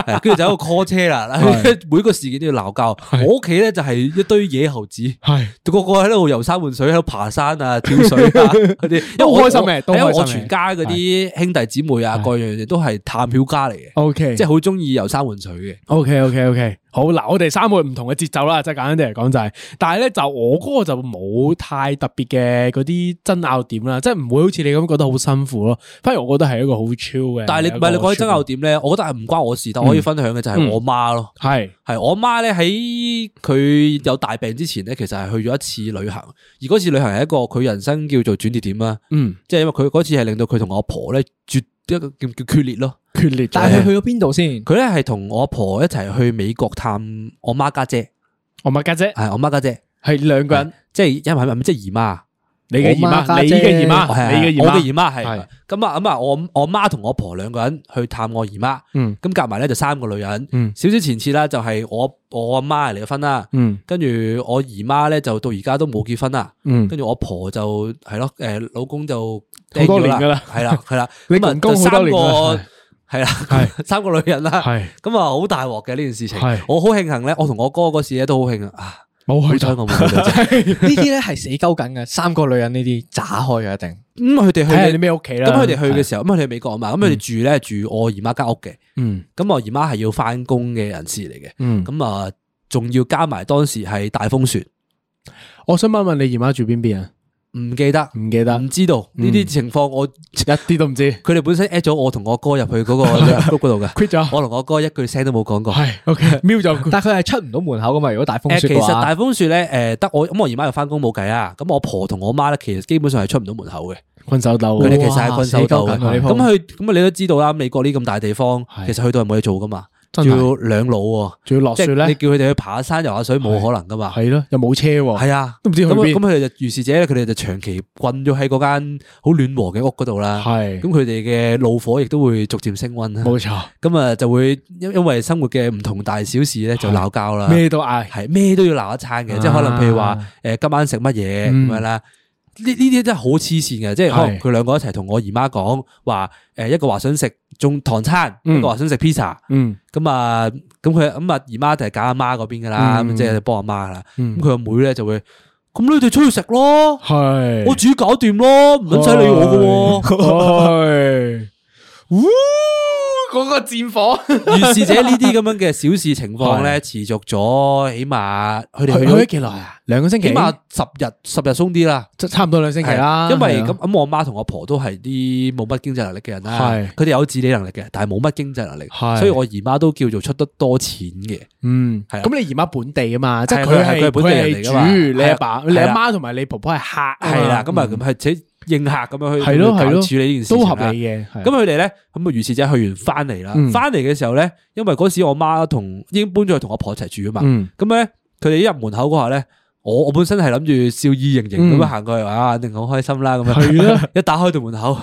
係跟住就喺度 call 車啦， 每個事件都要鬧交。我屋企咧就係一堆野猴子，係個個喺度遊山玩水，喺度爬山 啊、跳水啊嗰啲，因為我都開心嘅都因為我開心嘅全家嗰啲兄弟姊妹啊，各樣嘢都係探險家嚟嘅， OK，即即係係好中意遊山玩水嘅。 OK OK OK，好嗱，我哋三個唔同嘅節奏啦，即係簡單啲嚟講就係，但係咧就我嗰個就冇太特別嘅嗰啲爭拗點啦，即係唔會好似你咁覺得好辛苦咯，反而我覺得係一個好 chill 嘅。但係你唔係你講起爭拗點咧，我覺得係唔關我事，但我可以嗯分享嘅就係我媽咯。係係我媽咧喺佢有大病之前咧，其實係去咗一次旅行，而嗰次旅行係一個佢人生叫做轉捩點啦，嗯即係因為佢嗰次係令到佢同我阿婆咧絕一個叫叫決裂咯。決裂咗，但係佢去咗邊度先？佢咧係同我阿婆一齊去美國探我媽家姐，我咪家姐係我媽家姐，係兩個人，即係因為係咪即係姨媽？你嘅姨我媽媽，家你姐嘅姨媽，我哦係你嘅姨我嘅媽姨，媽係係咁啊咁啊，我我媽同我婆兩個人去探我姨媽，嗯咁夾埋咧就三個女人，嗯少少前次啦，就係我我阿媽係離咗婚啦，嗯跟住我姨媽咧就到而家都冇結婚啦，嗯跟住我婆就係咯，誒老公就好多年㗎啦系啦系啦， 你咁啊人工好多年㗎啦就三個，系啦， 三個女人啦，係咁啊好大鑊嘅呢件事情係，我好慶幸咧，我同我哥嗰時咧都好慶幸啊，冇好去彩到我冇 去到啫，呢啲咧系死鸠紧嘅，三个女人呢啲炸开嘅一定。咁佢哋去睇下嘅你咩屋企啦。咁佢哋去嘅時候，咁佢哋喺美國啊嘛，咁佢哋住咧住我姨媽間屋嘅，嗯咁我姨媽係要翻工嘅人士嚟嘅，嗯，咁啊仲要加埋當時係大風雪，我想問問你姨媽住邊邊啊？唔記得唔嗯記得，唔知道呢啲情況，我一啲都唔知。佢哋本身 at 咗我同我哥入去嗰 個 group 嗰度嘅 quit 咗我同我哥一句聲都冇講過。係 OK，瞄咗但系佢系出唔到門口噶嘛？如果大風誒雪其嘅實話，大風雪咧，誒得我咁我姨媽又翻工冇計啊，咁我婆同我媽咧，其實基本上係出唔到門口嘅，困手鬥。佢哋其實係困手鬥嘅死鳩緊啊呢鋪咁佢咁啊，你都知道啦，美國呢咁大地方，係其實去到係冇嘢做噶嘛，真係要兩老喎，仲要落即雪係咧你，叫佢哋去爬下山、游下水冇可能噶嘛，係咯，又冇車喎。係啊，都唔知去咁邊咁佢哋就如是者咧，佢哋就長期困咗喺嗰間好暖和嘅屋嗰度啦，係咁佢哋嘅怒火亦都會逐漸升温啦，冇錯，咁啊就會因因為生活嘅唔同大小事咧就鬧交啦，咩都嗌。系咩都要鬧一餐嘅，即係可能譬如話诶今晚食乜嘢咁嗯樣啦。呢呢啲真係好黐線嘅，即係可能係佢兩個一齊同我姨媽講話，诶一個話想食中唐餐，嗯一個話想食 pizza，嗯，咁啊咁佢咁啊姨媽就係揀阿媽嗰邊噶啦，咁嗯即係幫阿媽啦。咁嗯佢個妹咧就會，咁你哋出去食咯，係。我自己搞掂咯，唔撚使理我噶。 喎。呜，嗰個戰火，於是者呢啲咁樣嘅小事情況咧，持續咗起碼佢哋去去咗咗幾耐啊？兩個星期，起碼十日十日鬆啲啦。即差唔多兩星期啦。因為係啊咁咁，我媽同我婆都係啲冇乜經濟能力嘅人啦，係佢哋有自理能力嘅，但係冇乜經濟能力，係所以我姨媽都叫做出得多錢嘅，嗯，係啊咁你姨媽本地啊嘛，即係係佢佢係係佢係本地人嚟㗎嘛佢係主，你係啊阿爸、你係阿啦媽同埋你婆婆係客，係啦，咁啊咁嗯係且應客咁樣去係咯去係搞咯，處理呢件事都情合啦理嘅。係咁佢哋咧，咁啊，如是者去完翻嚟啦嗯，翻嚟嘅時候咧，因為嗰時我媽同已經搬咗去同我婆一齊住啊嘛，嗯咁咧佢哋一入門口嗰下咧，我我本身係諗住笑意盈盈咁樣行過去，啊，一定好開心啦咁樣，嗯係啦， 一打開道門口，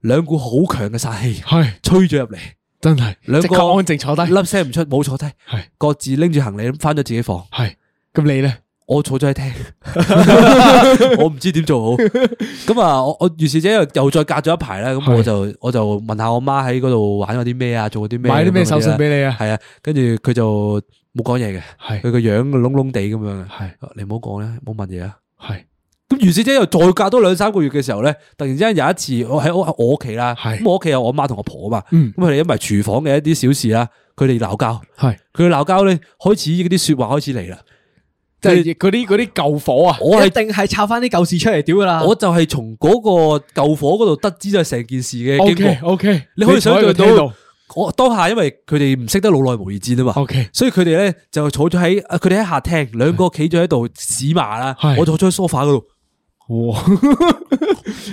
兩股好強嘅殺氣係吹咗入嚟。真係兩個即刻安靜坐低，粒聲唔出，冇坐低，係各自拎住行李咁翻咗自己房。係咁你咧？我坐咗喺廳， 我唔知點做好。咁啊，我我如是者又又再隔咗一排啦，咁係我就我就問下我媽喺嗰度玩咗啲咩啊，做咗啲咩，買啲咩手信俾你啊系啊，跟住佢就冇講嘢嘅，係佢個樣窿窿地咁樣嘅。係你唔好講啦，冇問嘢啊。係咁如是者又再隔多兩三個月嘅時候咧，突然之間有一次，我喺我喺我屋企啦，係咁我屋企有我媽同我婆啊嘛，嗯咁佢哋因為廚房嘅一啲小事啦，佢哋鬧交。係，佢鬧交咧，開始嗰啲说話開始嚟啦。即係嗰啲嗰啲舊火啊！我一係定係抄翻啲舊事出嚟屌噶啦。我就係從嗰個救火嗰度得知咗成件事嘅 O 經過。 K O K，你可以想象到到，我當下因為佢哋唔識得老內無二戰啊嘛。 OK 所以佢哋咧就坐咗喺，啊佢哋喺客廳，兩個企咗喺度屎麻啦係，我坐咗喺 sofa 嗰度。哇！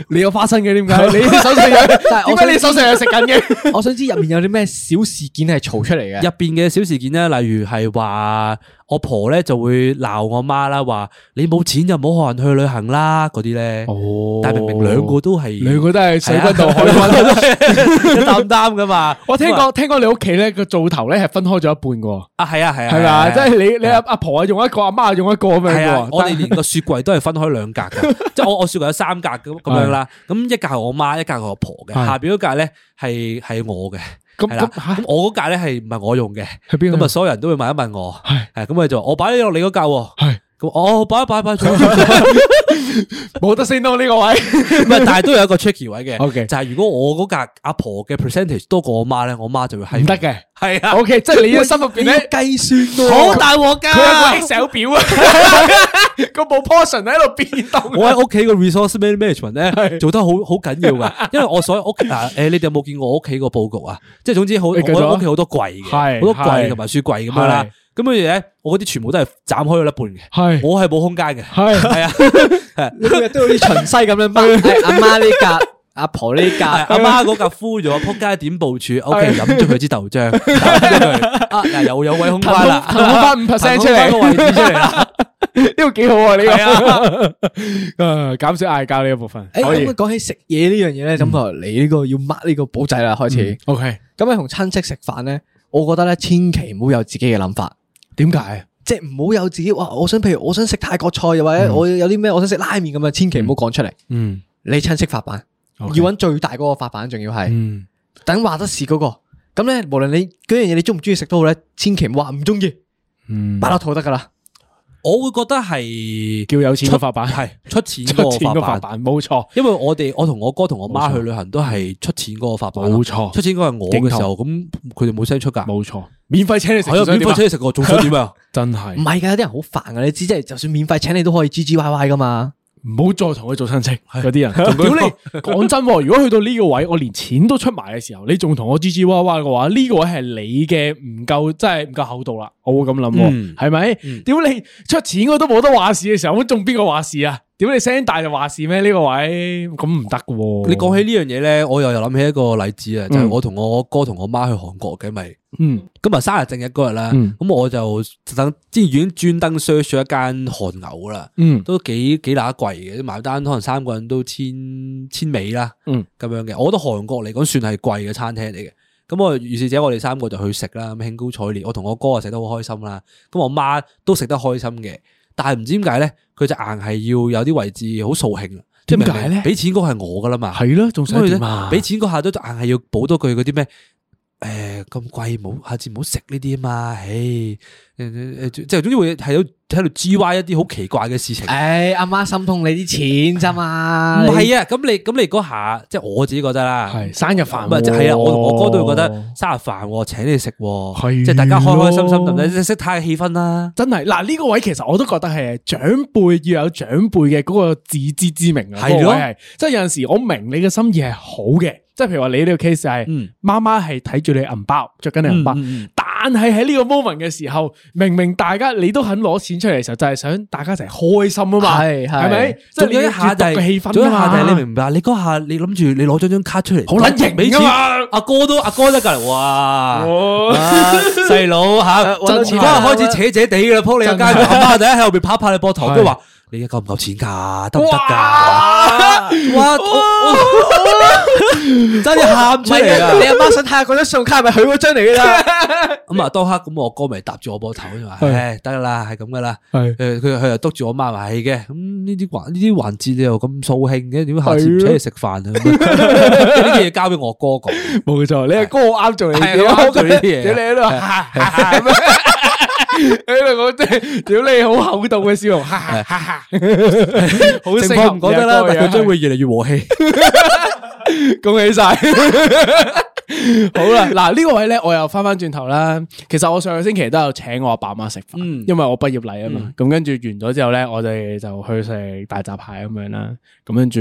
你有花生嘅點解？你手上有？ 但係點我解想你手上有食緊 嘅？我想知入面有啲咩小事件係嘈出嚟嘅？入边嘅小事件咧，啊例如係話我婆咧就會鬧我媽啦，話你冇錢就唔好學人去旅行啦嗰啲咧。哦但係明明兩個都係啊兩個都係水軍軍度海 軍。 一擔擔噶嘛。我聽咁啊講聽講你屋企咧個灶頭咧係分開咗一半嘅啊，係啊，係啊，喎，係咪啊？即係你你阿阿婆用一個，阿媽用一個咁樣系嘅啊喎。，我哋但連個雪櫃都係分開兩格 嘅，即係我我雪櫃有三格咁咁样啦。咁一格係我媽，一格係我婆嘅，係下边嗰格咧係係我嘅，係咁啦。咁嚇咁我嗰格咧係唔係我用嘅，係邊個咁啊所有人都會問一問我，係係咁佢就話我擺咗落你嗰格喎。係咁我擺一擺擺 咗，唔冇得 say no 呢個位。啊係，但係都有一個 tricky 位嘅 OK 就係如果我嗰格阿婆嘅 percentage 多過我媽咧，我媽就會係唔得嘅係啊 O K，即係你嘅心入邊咧計算喎好大鑊㗎佢有個 Excel 表啊， 個 proportion 喺度變動。 我喺屋企個 resource management 咧做得好好緊要噶， 因為我所有屋企嗱誒，你哋有冇見我屋企個佈局啊？即係總之好，我你繼續啊我屋企好多櫃嘅，係好多櫃係同埋雪櫃咁樣啦係。咁跟住咧，我嗰啲全部都係斬開咗一半嘅，係我係冇空間嘅，係係啊，你每日都有啲巡西咁樣掹， 係哎阿媽呢格，阿婆呢 格，啊 係阿媽嗰架敷咗，撲街點部署？O K，飲咗佢支豆 漿， 打咗佢啊，嗱又有位空間啦，啊騰空翻5%出嚟騰空返個位置出嚟啦。 呢個幾好啊！呢個 啊減少嗌交呢一部分。诶，可以嗯咁啊講起食嘢呢樣嘢咧，咁啊，你呢個要 mark 呢個簿仔啦，開始。 O K，咁你同親戚食飯咧，我覺得咧，千祈唔好有自己嘅諗法，點解？即係唔好有自己哇！我想譬如我嗯想食泰國菜，又或者我有啲咩我想食拉麵咁樣，千祈唔好講出嚟。嗯，你親戚發辦， OK 要揾最大嗰個法板，仲要係嗯，等話得事嗰個。咁咧，無論你嗰樣嘢你中唔中意食都好咧，千祈唔好話唔中意，嗯擺落肚得噶啦。我會覺得係叫有錢嘅法板係出錢 出嗰錢個嘅法法版，板，冇錯。因為我哋我同我哥同我媽冇錯去旅行都係出錢嗰個法版，啊冇錯出錢嗰個係我嘅時候，咁佢哋冇聲出㗎，冇錯，免費請你食，係啊，免費想請點啊你食過，仲想點啊？真唔係係㗎，有啲人好煩㗎，你知即係就算免費請你都可以唧唧歪歪噶嘛。唔好再同佢做親戚嗰啲人。 屌你，講真喎，如果去到呢個位，我連錢都出埋嘅時候，你仲同我唧唧歪歪嘅話，呢個位係你嘅唔夠，真係唔夠厚道啦。我會咁諗嗯喎，係咪？屌你出錢我都冇得話事嘅時候，咁仲邊個話事啊？屌你聲大就話事咩？呢個位咁唔得嘅喎。你講起呢樣嘢咧，我又又諗起一個例子啊，就係嗯我同我哥同我媽去韓國嘅咪。嗯咁啊，生日正日嗰日啦，嗯咁我就等之前已經專登 search 咗一間韓牛啦，嗯都幾幾乸貴嘅，埋單可能三個人都千千尾啦，嗯咁樣嘅。我覺得韓國嚟講算係貴嘅餐廳嚟嘅。咁我於是者我哋三個就去食啦，咁興高采烈。我同我哥啊食得好開心啦，咁我媽都食得開心嘅。但係唔知點解咧，佢就硬係要有啲位置好掃興啊！即係點解明明呢俾錢嗰個係我噶啦嘛，係咯，仲咁想佢點啊？咧俾錢嗰下都硬係要補多句嗰啲咩？誒咁貴，唔好下次唔好食呢啲啊嘛，唉誒誒誒即係總之會係有喺度 G Y 一啲好奇怪嘅事情。唔啊唉，阿媽心痛你啲錢咋嘛？係啊，咁你咁你嗰下即係我自己覺得啦，係生日飯唔係就係啊，我同我哥都會覺得喎生日飯喎請你食喎，係即係大家開開心心咁咯樣，即係識睇下氣氛啦。真係嗱呢個位其實我都覺得係長輩要有長輩嘅嗰個自知之明啊，係嗰咯個位係即係有陣時我明你嘅心意係好嘅，即係譬如話你呢個 case 就係嗯媽媽係睇住你銀包，着緊你銀包嗯嗯嗯，但係喺呢個 moment 嘅時候，明明大家你都肯攞錢出嚟嘅時候，就係想大家一齊開心啊嘛，係係係咪？即係仲你有一要下就節係約個氣氛，啊仲有一下就係你。明白，你嗰下你諗住你攞張張卡出嚟，好撚型俾錢㗎嘛阿哥都阿哥得隔離，哇！哦啊細佬 吓，到錢而家開始扯扯地噶啦，扑你個街，佢阿媽第一喺後邊拍一拍你膊頭，係跟住話：你而家夠唔夠錢㗎？得唔得㗎？哇！我我 真係喊出嚟啊！你阿媽想睇下嗰張信用卡係咪佢嗰張嚟嘅咋？咁啊，當刻咁我哥咪搭住我膊頭，就話：係唉，得啦，係咁噶啦。係誒，佢佢又督住我媽話係嘅。咁呢啲環呢啲環節你又咁掃興嘅，點解下次唔請你食飯啊？ 咁樣呢啲嘢交俾我哥講。冇錯，你阿哥好啱做你，係屌 啱做呢啲嘢屌你喺度哈哈哈咁樣喺度我真係屌你好厚道嘅笑容，哈哈哈 哈，好情適合況唔講得啦，你但阿哥嘅佢將會越嚟越 和氣。恭喜晒。 好啦，嗱呢個位咧，我又翻翻轉頭啦。其實我上個星期都有請我阿爸媽食飯，嗯因為我畢業禮啊嘛。咁跟住完咗之後咧，我哋就去食大閘蟹咁樣啦。咁跟住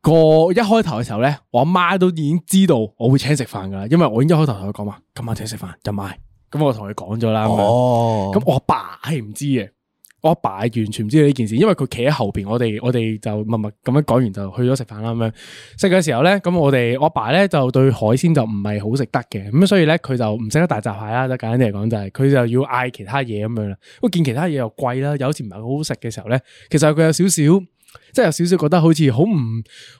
個一開頭嘅時候咧，我阿媽都已經知道我會請食飯噶啦，因為我已經一開頭同佢講話，今晚請食飯，入埋。咁我同佢講咗啦。咁樣哦咁我阿爸係唔知嘅，我阿爸係完全唔知道呢件事，因為佢企喺後邊，我哋我哋就默默咁樣講完就去咗食飯啦咁樣。食嘅時候咧，咁我哋我阿爸咧就對海鮮就唔係好食得嘅，咁所以咧佢就唔識得大閘蟹啦，就簡單啲嚟講就係、佢就要嗌其他嘢咁樣啦。咁見其他嘢又貴啦，有時唔係好好食嘅時候咧，其實佢有少少。即係有少少覺得好似好唔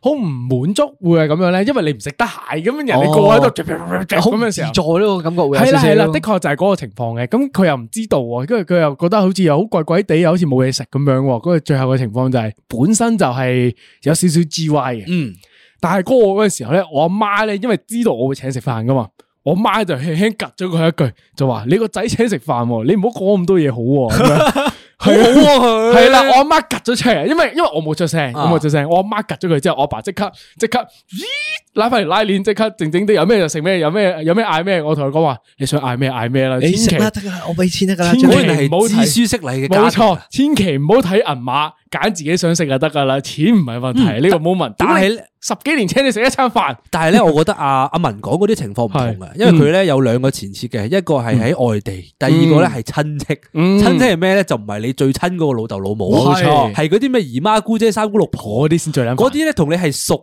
好唔滿足會係咁樣咧，因為你唔食得蟹咁樣，人哋個喺度好咁唔嘅自時在候呢，個感覺會有係少啦少。係啦，的確就係嗰個情況嘅。咁佢又唔知道喎，跟住佢又覺得好似又好怪怪地，又好似冇嘢食咁樣喎。跟住最後嘅情況就係、本身就係有少少 G Y 嘅，嗯，但係嗰個嗰陣時候咧，我阿媽咧因為知道我會請食飯噶嘛，我媽就輕輕趌咗佢一句，就話你個仔請食飯喎，你唔好講咁多嘢好喎。咁樣 係啊佢係啦，我阿媽趌咗出嚟，因為因為我冇出聲，啊我冇出聲，我阿媽趌咗佢之後，我阿爸即刻即刻，咦，拉翻嚟拉鏈，即刻靜靜啲，有咩就食咩，有咩有咩嗌咩，我同佢講話，你想嗌咩嗌咩啦，千你祈食啦得噶啦，我俾錢得噶啦。千祈最果緊要然唔好係知睇書識禮嘅家冇庭錯，千祈唔好睇銀碼，揀自己想食就得噶啦，錢唔係問題，呢個冇問題。但係屌你十幾年請你食一餐飯，但係咧，我覺得阿阿文講嗰啲情況唔同嘅，係因為佢咧有兩個前設嘅，一個係喺外地，第二個咧係親戚。嗯親戚係咩咧？就唔係你最親嗰個老豆老母，冇錯係嗰啲咩姨媽姑姐、三姑六婆嗰啲先最撚煩嗰啲咧，同你係熟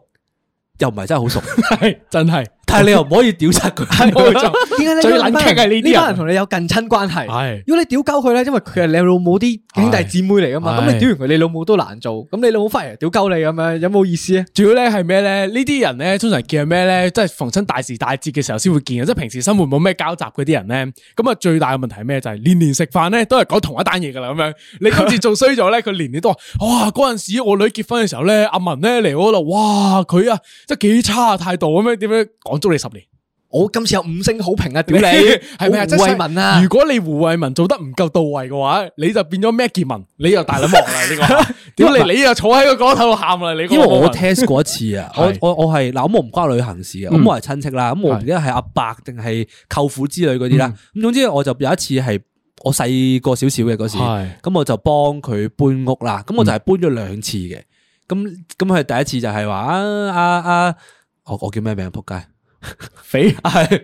又唔係真係好熟，係真係但系你又唔可以屌柒佢，冇錯点 解最冷劇係呢啲啊呢人班人同你有近親關係。 係如果你屌鳩佢咧，因為佢係你老母啲兄弟姊妹嚟噶嘛，係咁你屌完佢，你老母都難做，咁你老母翻嚟屌鳩你咁樣，有冇意思啊？主要咧係咩咧？呢啲人咧通常見係咩咧？即係逢親大時大節嘅時候先會見嘅，即係平時生活冇咩交集嗰啲人咧。咁啊最大嘅問題係咩？就係年年食飯咧都係講同一單嘢噶啦 咁樣。你今次做衰咗咧，佢年年都話：哇嗰陣時我女結婚嘅時候咧，阿文咧嚟我度，哇佢啊即係幾差嘅態度咁樣，點樣講足你十年？我今次有五星好評啊！屌屌你，你 係咪啊？我胡慧文即係啊如！果你胡慧文做得唔夠到位嘅話，你就變咗咩傑文，你又大撚忙啦呢 個。屌你，你又坐喺個角落頭喊啦你個因為胡慧我文。 test 過一次啊，我 係嗯我我係嗱，咁我唔關旅行事嘅，咁我係親戚啦，咁我唔記得係阿伯定係舅父之類嗰啲啦，嗯咁總之我就有一次係我細個少少嘅嗰時，係嗯咁我就幫佢搬屋啦，咁我就係搬咗兩次嘅，咁咁佢第一次就係話啊啊啊，我我叫咩名啊仆街，肥 係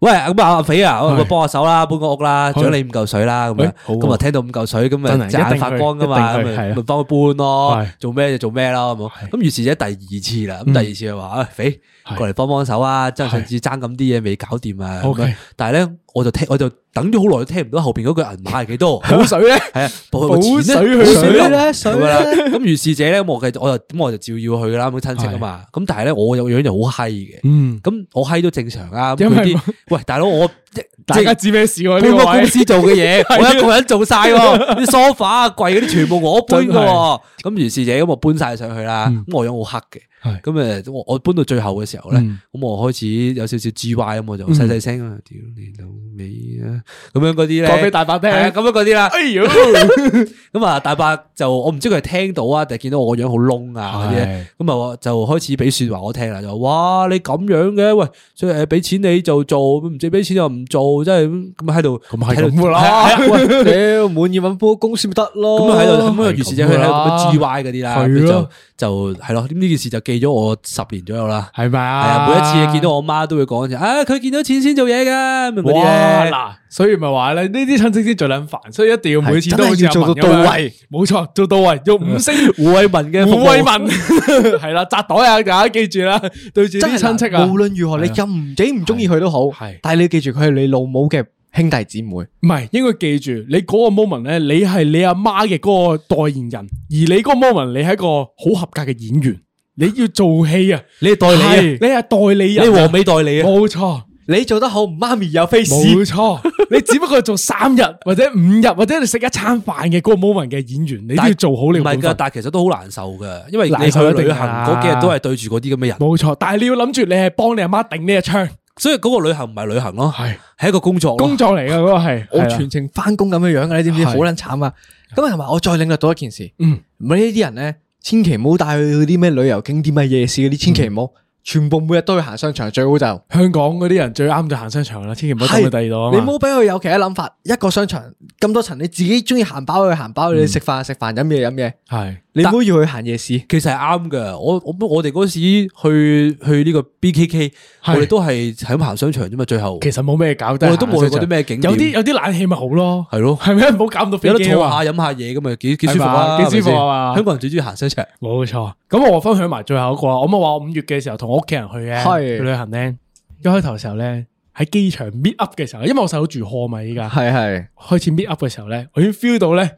喂，咁啊阿肥啊，我係幫下手啦，搬個屋啦，係獎你五嚿水啦，咁樣喂，好啊咁啊聽到五嚿水，咁真咪係隻一定眼去發光噶嘛，一咁定去係咪啊咪幫佢搬咯係，做咩就做咩啦，咁咁於是者第二次啦，咁嗯第二次就話啊肥係過嚟幫幫手啊，真係係上次爭咁啲嘢未搞掂啊，咁 OK 樣但係咧我就聽我就等咗好耐都聽唔到後邊嗰句銀碼係幾 多，補水咧。係啊，保補錢水咧，去保水咧水咁咧啦。咁如是者咧，我嘅我就咁我就照要去啦，咁親戚啊嘛。咁但係咧，我有樣就好閪嘅。嗯，咁我閪都正常啊。咁因為佢啲喂大佬，我即大家係知咩事喎？搬呢個個公位啊司做嘅 嘢，我一個人做晒喎，啲 sofa 啊、櫃嗰啲全部我搬嘅真喎係。嗯咁如是者咁我搬晒上去啦。咁我樣好黑嘅。係咁誒，我我搬到最後嘅時候咧，咁嗯我開始有少少 G Y 咁，我就細細聲啊，屌你老味啊，咁樣嗰啲咧，講俾大伯聽係啊咁樣嗰啲啦。哎呦， 咁啊，大伯就我唔知佢係聽到啊，定係見到我個樣好窿啊嗰啲咧，咁啊就開始俾説話我聽啦，就話哇你咁樣嘅，喂，所以誒呃俾錢你就做，唔俾俾錢又唔做，真係咁喺度，咁係喺度咁㗎啦係啊係啊喂屌，滿意揾波公司咪得咯。咁啊喺度，咁啊，於是者佢喺度咁樣 G 係咁 Y 嗰啲啦，係咁就咯就係咯，咁呢件事就記咗我十年左右啦。系咪係啊？啊，每一次見到我媽都會講就啊，佢見到錢先做嘢㗎，咁樣嗰啲哇咧。嗱，所以咪話咧，呢啲親戚先最撚煩，所以一定要每次都好似係真係要做到阿文咁樣到位，冇錯，做到位，用嗯五星胡慧文嘅服務胡 慧文係啦，扎袋啊，大家記住啦，對住真啲係親親戚戚啊，啊！無論如何，你係啊任唔幾唔中意佢都好，係但係你要記住，佢係你老母嘅兄弟姊妹。唔係應該記住，你嗰個 moment 咧，你係你阿媽嘅嗰個代言人，而你嗰個 moment 你係一個好合格嘅演員，你要做戲啊，你係代理啊係你係代理你人啊，係黃美代理啊，冇錯。你做得好，媽咪有 face。冇錯， 你只不過係做三日或者五日或者你食一餐飯嘅嗰個 moment 嘅演員，你都要做好你唔嘅本係㗎，分。但係其實都好難受㗎，因為你難去受一定旅行嗰幾日都係對住嗰啲咁嘅人，冇錯，但係你要諗住你係幫你阿媽頂呢一槍，所以嗰個旅行唔係旅行咯，係係一個工作咯工。作嚟嘅嗰個係。啊我係啦全程翻工咁樣樣嘅，你知唔知？係好撚慘啊！咁同埋我再領略到一件事，嗯唔係呢啲人咧，千祈唔好帶佢去啲咩旅遊景點啊、夜市嗰啲，千祈唔嗯好。全部每日都去行商場，最好就香港嗰啲人最啱就行商場啦，千祈唔好係去第二度啊你嘛唔好俾佢有其他諗法。一個商場咁多層，你自己中意行飽去行飽，你食嗯飯食飯，飲嘢飲嘢，係你唔好要去行夜市。其實係啱㗎，我我我哋嗰時去去呢個 BKK，我係哋都係喺行商場啫嘛，最後其實冇咩搞得。我哋都冇去過啲咩景點有啲有啲冷氣咪好咯，係咯係咪？唔好搞咁多有飛得機坐下啊嘛。飲下嘢咁啊，幾幾舒服啊，係嘛幾舒服係咪啊先香港人最中意行商場，冇錯，咁我分享埋最後一個啊，我咪話我五月嘅時候同我屋企人去嘅，係去旅行咧，一開頭嘅時候咧喺機場 meet up 嘅時候，因為我細佬住 hall 嘛，依家係係，開始 meet up 嘅時候咧，我已經 feel 到咧，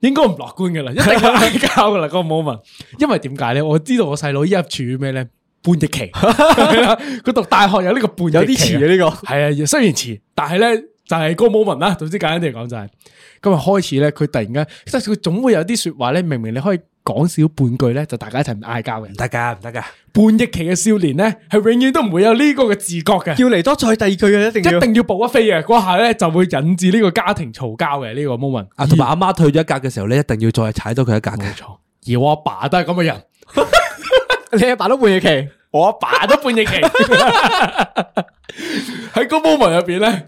應該唔樂觀嘅啦，一定係嗌交噶啦嗰個 moment。因為點解咧？我知道我細佬依家處於咩咧？叛逆 期，係啦佢讀大學有呢個叛逆期，有啲遲嘅呢個。係啊，雖然遲，但係咧就係嗰個 moment 啦。總之簡單啲嚟講就係，今日開始咧，佢突然間，即係佢總會有啲說話咧，明明你可以講少半句咧，就大家一齊唔嗌交嘅唔。得㗎，唔得㗎，叛逆期嘅少年咧，係永遠都唔會有呢個嘅自覺嘅。要嚟多再第二句啊嘅一定要一。定要補一飛嘅嗰下咧，就會引致呢個家庭嘈交嘅呢個 moment。啊同埋阿媽退咗一格嘅時候咧，一定要再踩多佢一格哦嘅冇。錯，而我阿爸都係咁嘅人，你阿爸都半夜期，我阿爸都 叛逆期。喺個 moment 入邊咧，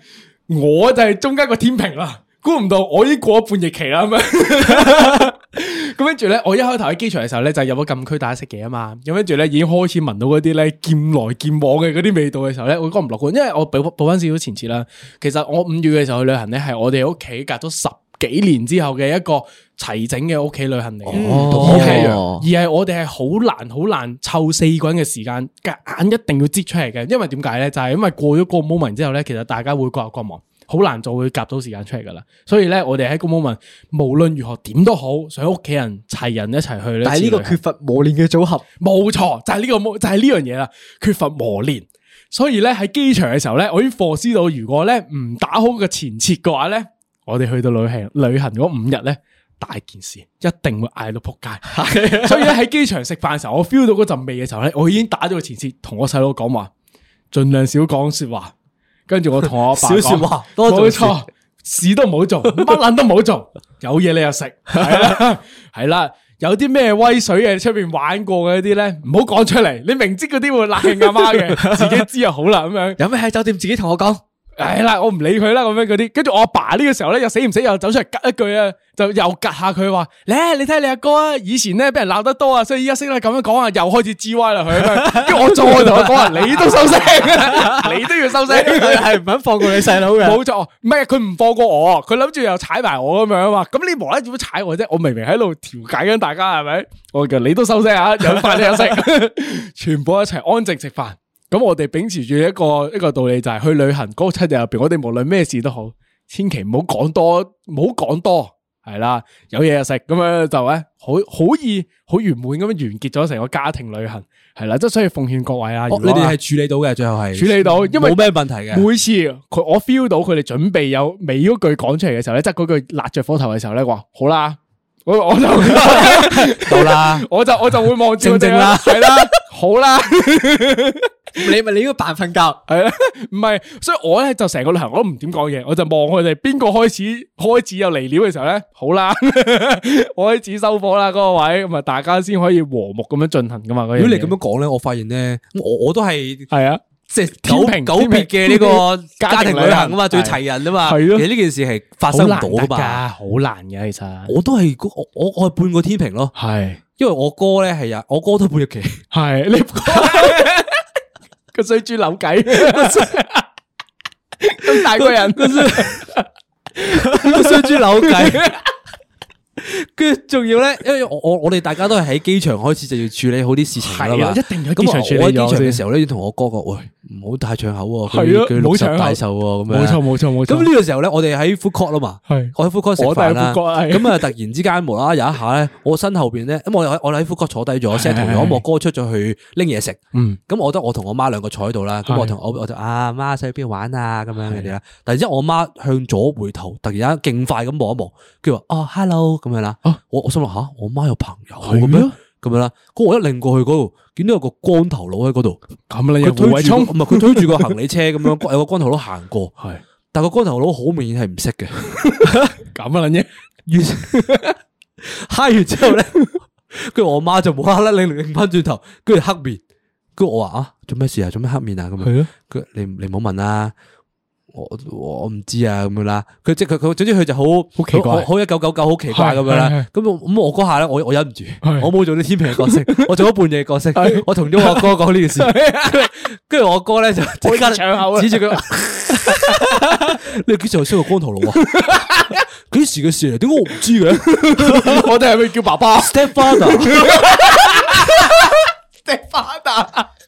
我就係中間個天平啦。估唔到我已經過咗叛逆期啦咁樣。 咁跟住咧，我一開頭喺機場嘅時候咧，就入咗禁區大家食嘢啊嘛。咁跟住咧，已經開始聞到嗰啲咧劍來劍往嘅嗰啲味道嘅時候咧，我覺得唔樂觀，因為我補補翻少少前設啦。其實我五月嘅時候去旅行咧，係我哋屋企隔咗十幾年之後嘅一個齊整嘅屋企旅行嚟嘅，哦而係哦而係我哋係好難好難湊四個人嘅時間，夾硬一定要擠出嚟嘅。因為點解咧？就係因為過咗個 moment 之後咧，其實大家會各有各忙。好難就會夾到時間出嚟噶啦，所以咧，我哋喺個 moment 無論如何點都好，想屋企人齊人一齊去咧。但系呢一个次旅行缺乏磨练嘅组合，冇錯，就係呢、個冇，就係呢樣嘢啦，缺乏磨練。所以咧喺機場嘅時候咧，我已經 foresee 到，如果咧唔打好個前設嘅話咧，我哋去到旅行旅行嗰五日咧，大件事一定會嗌到仆街。所以咧喺機場食飯嘅時候，我 feel 到嗰陣味嘅時候咧，我已經打咗個前設，同我細佬講話，盡量少講说話。跟住我同我阿爸少說講話多做冇事錯。事都唔好做，乜撚都唔好做，有嘢你又食，係啦，係啦，有啲咩威水嘅出边玩過嘅嗰啲咧，唔好講出嚟，你明知嗰啲會鬧阿媽嘅，自己知就好啦，咁樣。有咩喺酒店自己同我讲。系啦，我唔理佢啦，咁樣嗰啲。跟住我阿爸呢個時候咧，又死唔死又走出嚟吉一句啊，就又吉下佢話：咧，你睇下你阿哥啊，以前咧俾人鬧得多啊，所以依家識得咁樣講啊，又開始 G Y 啦佢咁樣。跟住 我再同佢講話，你都 收聲，你都要收聲，系唔肯放过你细佬嘅，冇錯，唔係佢唔放過我，佢諗住又踩埋我咁樣啊嘛。咁你無啦啦點樣踩我啫？我明明喺度調解緊大家係咪？我叫你都收聲啊，有飯你有 食，全部一齊安靜食飯。咁我哋秉持住一個一個道理就係去旅行嗰七日入边，我哋無論咩事都好，千祈唔好講多，唔好講多。係啦，有嘢就食咁樣就咧，好好易好圓滿咁樣完結咗成個家庭旅行，係啦，即係所以奉勸各位啊，如哦果你哋係處理到嘅，最後係處理到因為冇咩問題嘅。每次佢我 feel 到佢哋準備有尾嗰句講出嚟嘅時候咧，即係嗰句辣着火頭嘅時候咧，話好啦，我我就 到啦，我就我就會望住佢哋啦，係啦，好啦， 你咪你要扮瞓觉，係啦，唔係，所以我咧就成個旅行我都唔點講嘢，我就望佢哋邊個開始開始有嚟料嘅時候咧，好啦， 我開始收火啦嗰個位，咁啊大家先可以和睦咁樣進行噶嘛。如果你咁樣講咧，我發現咧，我我都係係啊。即係天平久久別嘅呢個家庭旅行啊嘛， 家庭最旅行齊人啊嘛，係咯其實呢件事係發生唔到噶嘛。好難嘅，其實我都係我我我係半個天平咯，係因為我哥咧係啊，我哥都半日期，係你 個衰豬扭 計，咁大個人，個雙豬扭計。 跟住仲要咧，因為我我我哋大家都係喺機場開始就要處理好啲事情㗎啦嘛係啊，一定要喺機咁場處理我咗我喺機場嘅時候咧，要同我哥講，喂，唔好太長口喎，係佢啊佢六十唔好大搶口壽喎，咁樣。冇錯冇錯冇錯咁呢個時候咧，我哋喺 food court 啦嘛，係我喺 food court 食我都喺飯啦。 food court 啊係咁啊，突然之間無啦啦有一下咧，我身後邊咧，咁我喺我喺 food court 坐低咗 settle 咗，咁我哥出咗去拎嘢食。嗯，咁我覺得我同我媽兩個坐喺度啦，咁係我同我我就啊媽想去邊度玩啊咁樣嘅哋啦。突然之間我媽向左回頭，突然間勁快咁望一望，跟住話哦 hello 咁樣啦。啊我我心諗吓，我媽有朋係友咁咩樣咁樣啦。咁我一擰過去嗰度，見到有個光頭佬喺嗰度，咁你佢又胡推偉住個聰唔係佢推住個行李車咁樣， 有個光頭佬行過，係但個光頭佬好明顯係唔識嘅。咁啊撚嘢，完 嗨完之後咧，跟住我媽就無啦啦擰擰翻轉頭，跟住黑面，跟住我話啊做咩事啊，做咩黑面啊咁樣。咯，佢你你唔好問啦，我我唔知啊咁樣啦。佢即係佢佢總之佢就好好奇怪好一九九九好奇怪咁樣啦係係係。咁我咁我嗰下咧，我我忍唔住，係我冇做啲天平嘅角色，我做咗半夜嘅角色係，我同咗我哥講呢件 事，跟住跟住我哥咧就即刻搶口啊指住佢話， 你幾時去識個光頭佬啊？ 幾時嘅事嚟？點解我唔知嘅我哋係咪叫爸爸？ ？Stepfather，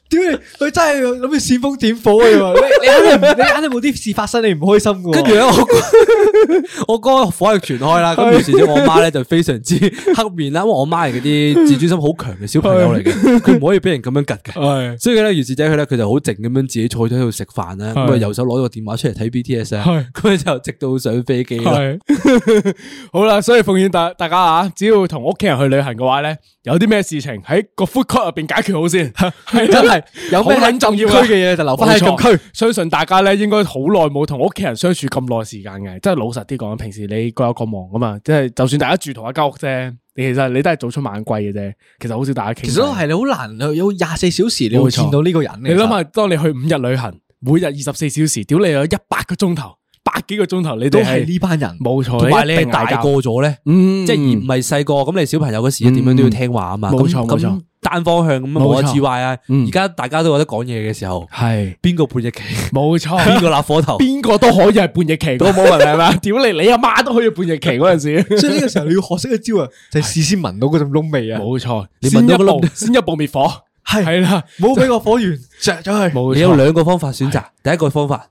屌你，佢真系谂住煽风点火嘅喎，你你肯定唔你肯定冇啲事发生，你唔开心嘅喎。跟住咧我哥 我哥火力全開啦，咁於是者我媽咧就非常之 黑面啦，因為我媽係嗰 啲自尊心好強嘅小朋友嚟嘅，佢唔可以俾人咁樣拮嘅。係所以咧，袁氏仔佢咧，佢就好靜咁樣自己坐咗喺度食飯啦，咁啊右手攞個電話出嚟睇 BTS 啊，係咁就直到上飛機啦。係好啦，所以奉勸大大家啊，只要同屋企人去旅行嘅話咧，有啲咩事情喺個 food court 入边解決好先，係真係有咩好撚重要啊禁區嘅嘢就留返喺冇錯禁區。相信大家咧應該好耐冇同屋企人相處咁耐時間嘅，即係老實啲講，平時你各有各忙噶嘛，即係就算大家住同一間屋啫，你其實你都係早出晚歸嘅啫，其實好少大家傾偈。其实都系你好难去有廿四小时你冇会錯见到呢个人嘅。你諗下，當你去五日旅行，每日二十四小時，屌你有一百個鐘頭，百幾個鐘頭，你都哋系係呢班人，冇錯，同埋你一定係大嗌交個咗咧，嗯即係而唔係細個咁，你小朋友嗰時點樣都要聽話啊嘛。冇咁錯冇錯咁單方向咁冇冇得錯 G Y 啊！嗯而家大家都有得講嘢嘅時 候，系邊個叛逆期，冇错，邊個立火 頭，边个都可以系叛逆期， 嗰個冇人系咪？屌你，你阿妈都可以叛逆期嗰阵时，所以呢个时候你要学识一招啊，就系事先闻到嗰阵窿味啊，冇错，你先問一到個步 窿先一步灭火，係系啦，冇俾个火源着咗去。冇你有错，兩個方法選擇，第一個方法，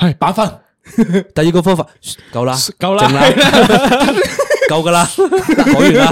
系 八分第二個方法，夠啦，夠啦靜 夠噶啦，講完啦。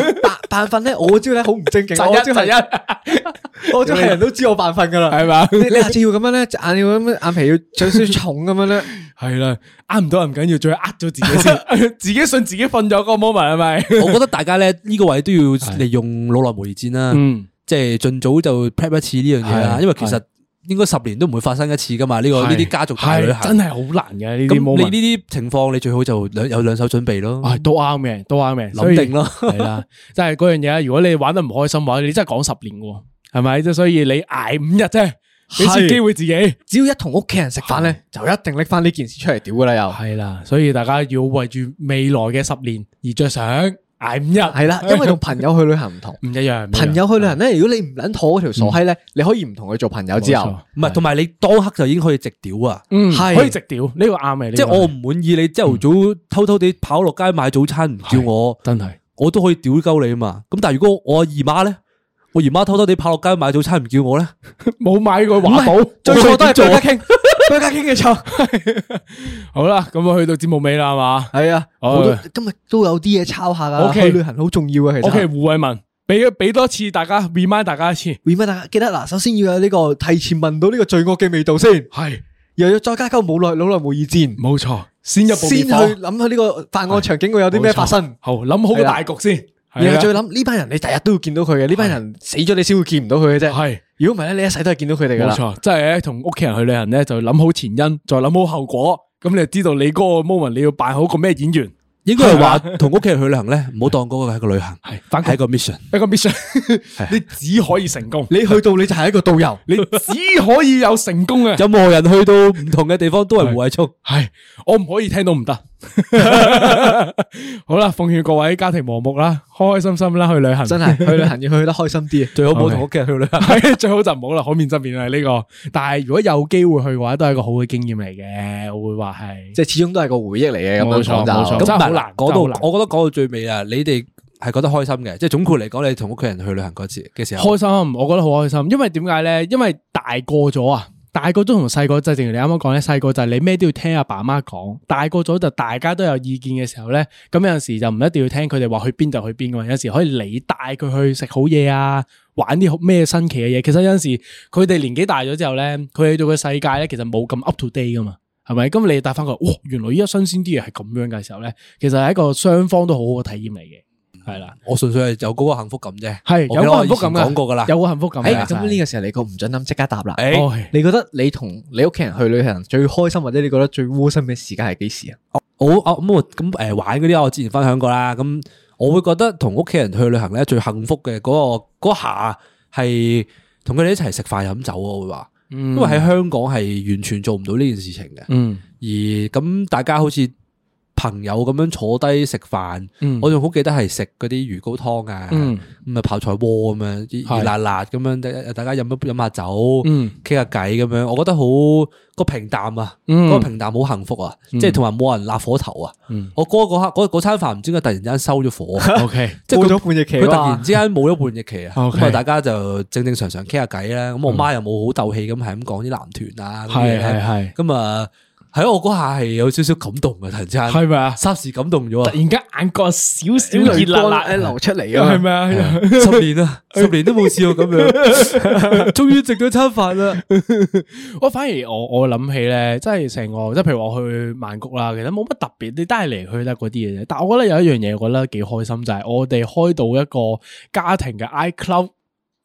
扮扮瞓咧，我嗰招咧好唔正經，就我嗰一招就一，係系我嗰招係人都知我扮瞓噶啦。嘛？你你下次要咁樣咧，隻眼要咁樣，眼皮要長少少重咁樣咧。系啦，呃唔到人唔紧要，最好呃咗自己 先，自己信自己瞓咗嗰個 moment 系咪？我覺得大家咧呢個位都要利用腦內模擬戰啦，嗯，即係盡早就 prep 一次呢樣嘢啦。係因為其實應該十年都唔會發生一次噶嘛。呢個呢啲家族大旅係真行，系好难嘅呢啲咁 moment。你呢啲情況你最好就兩有兩手準備咯。啊，都啱嘅，都啱嘅，諗所以定咯係啦，即係嗰樣嘢啊。如果你玩得唔開心嘅話，你真係講十年嘅喎，係咪？即係所以你捱五日啫，俾次係機會自己。只要一同屋企人食飯咧，就一定拎翻呢件事出嚟屌噶啦又。係啦，所以大家要為住未來嘅十年而着想，捱五日係啦，因為同朋友去旅行唔同，唔一樣。唔一樣嗯朋友去旅行咧，如果你唔撚妥嗰條傻閪咧，你可以唔同佢做朋友之後，唔係，同埋你當刻就已經可以直屌啊！嗯係可以直調呢個啱嘅，呢個即係我唔滿意你朝頭早偷偷地跑落街買早餐唔叫我，真 係我都可以屌鳩你啊嘛。咁但係如果我姨媽咧，我姨媽偷偷地跑落街買早餐唔叫我咧，冇買過華寶，最我錯都係對點做家 傾，對家傾嘅錯。好啦，咁啊去到節目尾啦，係嘛係啊，好我都今日都有啲嘢抄下噶。 OK 去旅行好重要啊，其實。 ？OK，胡慧文，俾俾多次大家 remind 大家一次， r e 大家記得嗱，首先要有呢個提前聞到呢個罪惡嘅味道先，係又要再加溝冇耐老耐無意戰，冇錯，先一步先滅去火諗下呢個犯案場景會有啲咩發生，好諗好個大局先，然後再諗呢班人你第日都要見到佢嘅，呢班人死咗你先會見唔到佢嘅啫。系如果唔係咧，你一世都係見到佢哋噶冇啦。錯，即係咧同屋企人去旅行咧，就諗好前因，再諗好後果，咁你就知道你嗰個 moment 你要扮好個咩演員，應該係話同屋企人去旅行咧，唔好當嗰個係一個旅行，係返工係一個 mission。一個 mission，你只可以成功，你去到你就係一個導遊，你只可以有成功嘅，任何人去到唔同嘅地方都係胡慧聰。係我唔可以聽到唔得。好啦，奉勸各位家庭和睦啦，開開心心啦去旅 行，真係去旅行要去得開心 啲。最好冇同屋企人去旅行。係最好就唔好啦，可面則面啦呢個。但係如果有機會去嘅話，都係一個好嘅經驗嚟嘅，我會話係。即係始終都係個回憶嚟嘅，咁冇樣錯講就冇錯咁真啊係好但係難講真係好到難我覺得講到最尾啊，你哋係覺得開心嘅，即係總括嚟講，你同屋企人去旅行嗰次嘅時候，開心，我覺得好開心，因為點解咧？因為大個咗啊，大個咗同細個就正如你啱啱講咧，細個就係你咩都要聽阿爸媽講，大個咗就大家都有意見嘅時候咧，咁有陣時就唔一定要聽佢哋話去邊就去邊噶嘛，有陣時可以你帶佢去食好嘢啊。玩啲好咩新奇嘅嘢，其實有陣時佢哋年紀大咗之後咧，佢哋對個世界咧其實冇咁 up to date 噶嘛，係咪？咁你帶翻佢，哇！原來依家新鮮啲嘢係咁樣嘅時候咧，其實係一個雙方都好好嘅體驗嚟嘅，係啦。我純粹係有嗰個幸福感啫。係我記有得個我幸福感以前講過㗎啦。哎有個幸福感誒㗎。哎咁呢個時候你個唔準諗即刻答啦。誒哦係你覺得你同你屋企人去旅行最開心或者你覺得最窩心嘅時間係幾時啊？我我咁我咁誒玩嗰啲，啊我之前分享過啦。咁我會覺得同屋企人去旅行咧，最幸福嘅嗰個嗰下係同佢哋一齊食飯飲酒啊，我會話，因為喺香港係完全做唔到呢件事情嘅。嗯而咁大家好似朋友咁樣坐低食飯，嗯我仲好記得係食嗰啲魚糕湯啊，嗯咁啊泡菜鍋咁樣，係熱辣辣咁樣，大家飲一飲下酒，嗯傾下偈咁樣，我覺得好個平淡啊，嗯嗰個平淡好幸福啊，即係同埋冇人立火頭啊，嗯我嗰嗰刻嗰嗰餐飯唔知點解突然之間收咗火。 ，OK，即係佢過咗叛逆期佢突啦然之間冇咗叛逆期啊， OK 咁啊大家就正正常常傾下偈啦。咁我媽又冇好鬥氣咁，係咁講啲男團啊，嗰啲嘢係係係咁啊，喺我嗰下係有少少感動啊，突然之間係咪啊霎時感動咗 突啊！然間眼角少少熱淚辣光 辣誒，流出嚟啊！ 係咪啊？十年 啊，十年都冇試過咁樣，終於食咗餐飯啦。 我反而我我諗起咧，即係成個即係譬如我去曼谷啦，其實冇乜特別，你都係嚟去得嗰啲嘢啫。但我覺得有一樣嘢，我覺得幾開心就係、我哋開到一個家庭嘅 iCloud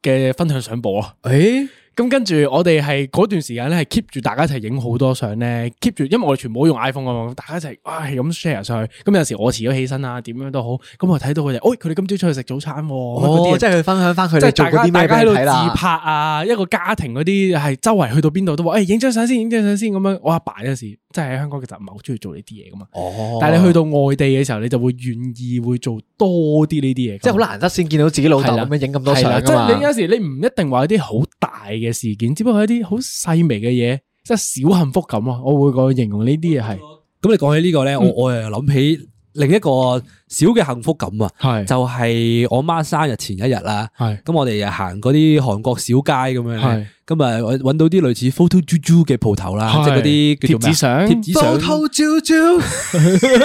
嘅分享相簿啊。誒，咁跟住我哋係嗰段時間咧，係 keep 住大家一齊影好多相咧，keep 住，因為我哋全部都用 iPhone 啊嘛，咁大家一齊啊係咁 share 上去。咁有時我遲咗起身啊，點樣都好，咁我睇到佢哋，哦，佢哋今朝出去食早餐喎，咁嗰啲人哦，即係佢分享翻佢即哋係做大過啲咩家大俾家喺你度睇啦自。拍啊，一個家庭嗰啲係周圍去到邊度都話，哎誒影張相先，影張相先咁樣。我阿爸有時真係喺香港其實唔係好中意做呢啲嘢噶嘛，哦但係你去到外地嘅時候，你就會願意會做多啲呢啲嘢。即係好難得先見到自己老豆係啦咁樣影咁多係啦相即啊噶嘛係你。有時你唔一定話一啲好大嘅事件，只不過係一啲好細微嘅嘢，即係小幸福感啊！我會個形容呢啲嘢係咁你講起呢個咧，我我又諗起另一個小嘅幸福感啊，係就係我媽生日前一日啦。係咁我哋又行嗰啲韓國小街咁樣係咧，咁啊揾揾到啲類似 photo juju 嘅鋪頭啦，即係嗰啲叫貼紙相貼紙相。照照，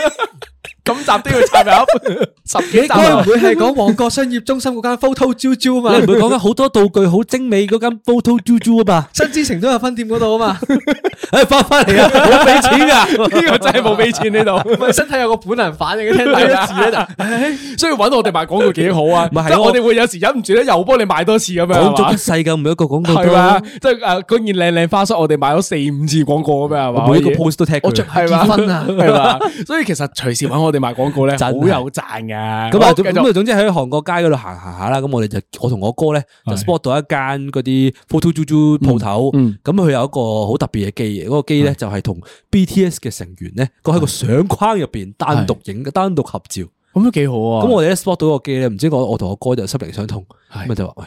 咁集都要插 入十幾啊你該唔會係講旺角商業中心嗰間 photo 照照啊你唔嘛？會講緊好多道具好精美嗰間 photo juju 啊嘛？ 新之城都有分店嗰度啊嘛，诶，翻翻嚟啊，冇俾錢 噶，呢個真係冇俾錢呢度。唔係身體有個本能反應，聽第一次啊咧 就。所以揾我哋賣廣告幾好啊！咪係咯即係我哋會有時忍唔住咧，又幫你買多次咁樣，講足一係世㗎，每一個廣告嘛係都嘛？即係诶，嗰件靚靚花恤，我哋買咗四五次廣告咁樣，係嘛？我每一個 post 都踢佢我着。係嘛？結婚啊係嘛？所以其實隨時揾我哋賣廣告咧，好真係有賺噶。咁啊，好總繼續咁啊，總之喺韓國街嗰度行行下啦。咁我哋就我同我哥咧就係 spot 到一間嗰啲 photo juju 鋪頭，嗯咁佢有一個好特別嘅機嘅，嗰個機咧就係同 BTS 嘅成員咧，佢喺個相框入邊單獨影、單獨合照。咁咁都幾好啊！我哋咧 spot 到個機咧，唔知我我同我哥就心靈相通，係咁啊就話喂。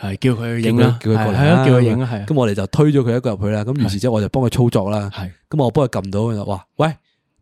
係叫佢叫影佢啦，叫佢過嚟係啦啊，叫佢影啊，係啊咁我哋就推咗佢一個入去啦。咁於是之後我就幫佢操作啦。係咁啊我幫佢撳到佢就話：喂，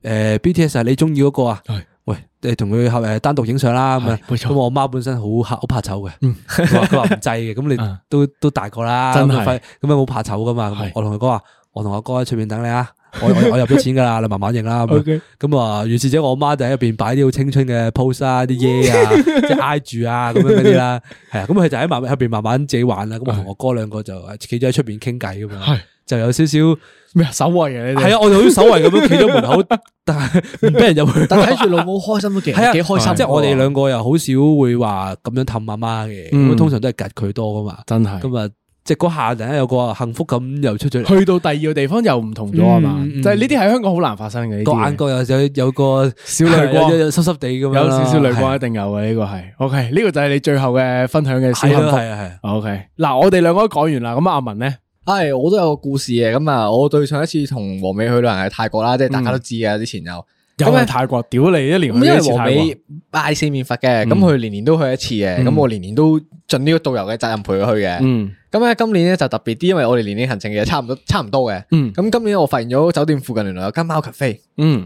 誒 BTS 啊，你中意嗰個啊係？喂，誒同佢合呃誒單獨影相啦咁啊。係冇錯咁我媽本身好嚇好怕醜嘅，佢話佢話唔制嘅。 咁你嗯都都大個啦，真咁係樣快咁樣好怕醜噶嘛。咁係我同佢講話：我同阿哥喺出面等你啊！我我我入咗錢噶 啦，你慢慢影啦。咁 OK 樣咁啊，於是者我媽就喺入邊擺啲好青春 嘅 pose 啊，啲耶啊，即係挨住啊咁樣嗰啲 啦。係啊，咁佢就喺慢慢入邊慢慢自己玩啦。咁我同我哥兩個就呃企咗喺出邊傾偈咁樣係，就有少少咩啊守衛啊？你哋係啊，我哋好似守衞咁樣企咗門口， 但係唔俾人入去。但睇住老母開心都幾係啊，幾開心。即係我哋兩個又好少會話咁樣氹阿媽嘅，嗯咁通常都係夾佢多噶嘛。真係。咁啊，即係嗰下突然間有個幸福感又出咗嚟，去到第二個地方又唔同咗啊嘛，嗯嗯嗯就係呢啲喺香港好難發生嘅呢個啲嘢。眼角有有有個啊小淚光有有有濕濕地咁樣啦有少少淚光係一啊定有嘅呢個係，OK 呢個就係你最後嘅分享嘅小係幸啊福。係啊係啊。 OK 嗱，我哋兩個都講完啦，咁阿文咧係，我都有個故事嘅。咁啊，我對上一次同黃美去旅行係泰國啦，即係大家都知啊，之前有。又咁係咧泰國，屌你一年去咁因一為次黃泰國美，拜四面佛嘅，咁嗯佢年年都去一次嘅，咁嗯我年年都盡呢個導遊嘅責任陪佢去嘅。嗯咁咧今年咧就特別啲，因為我哋年年行程其實差唔多差唔多嘅。嗯咁今年我發現咗酒店附近原來有間貓 cafe。嗯，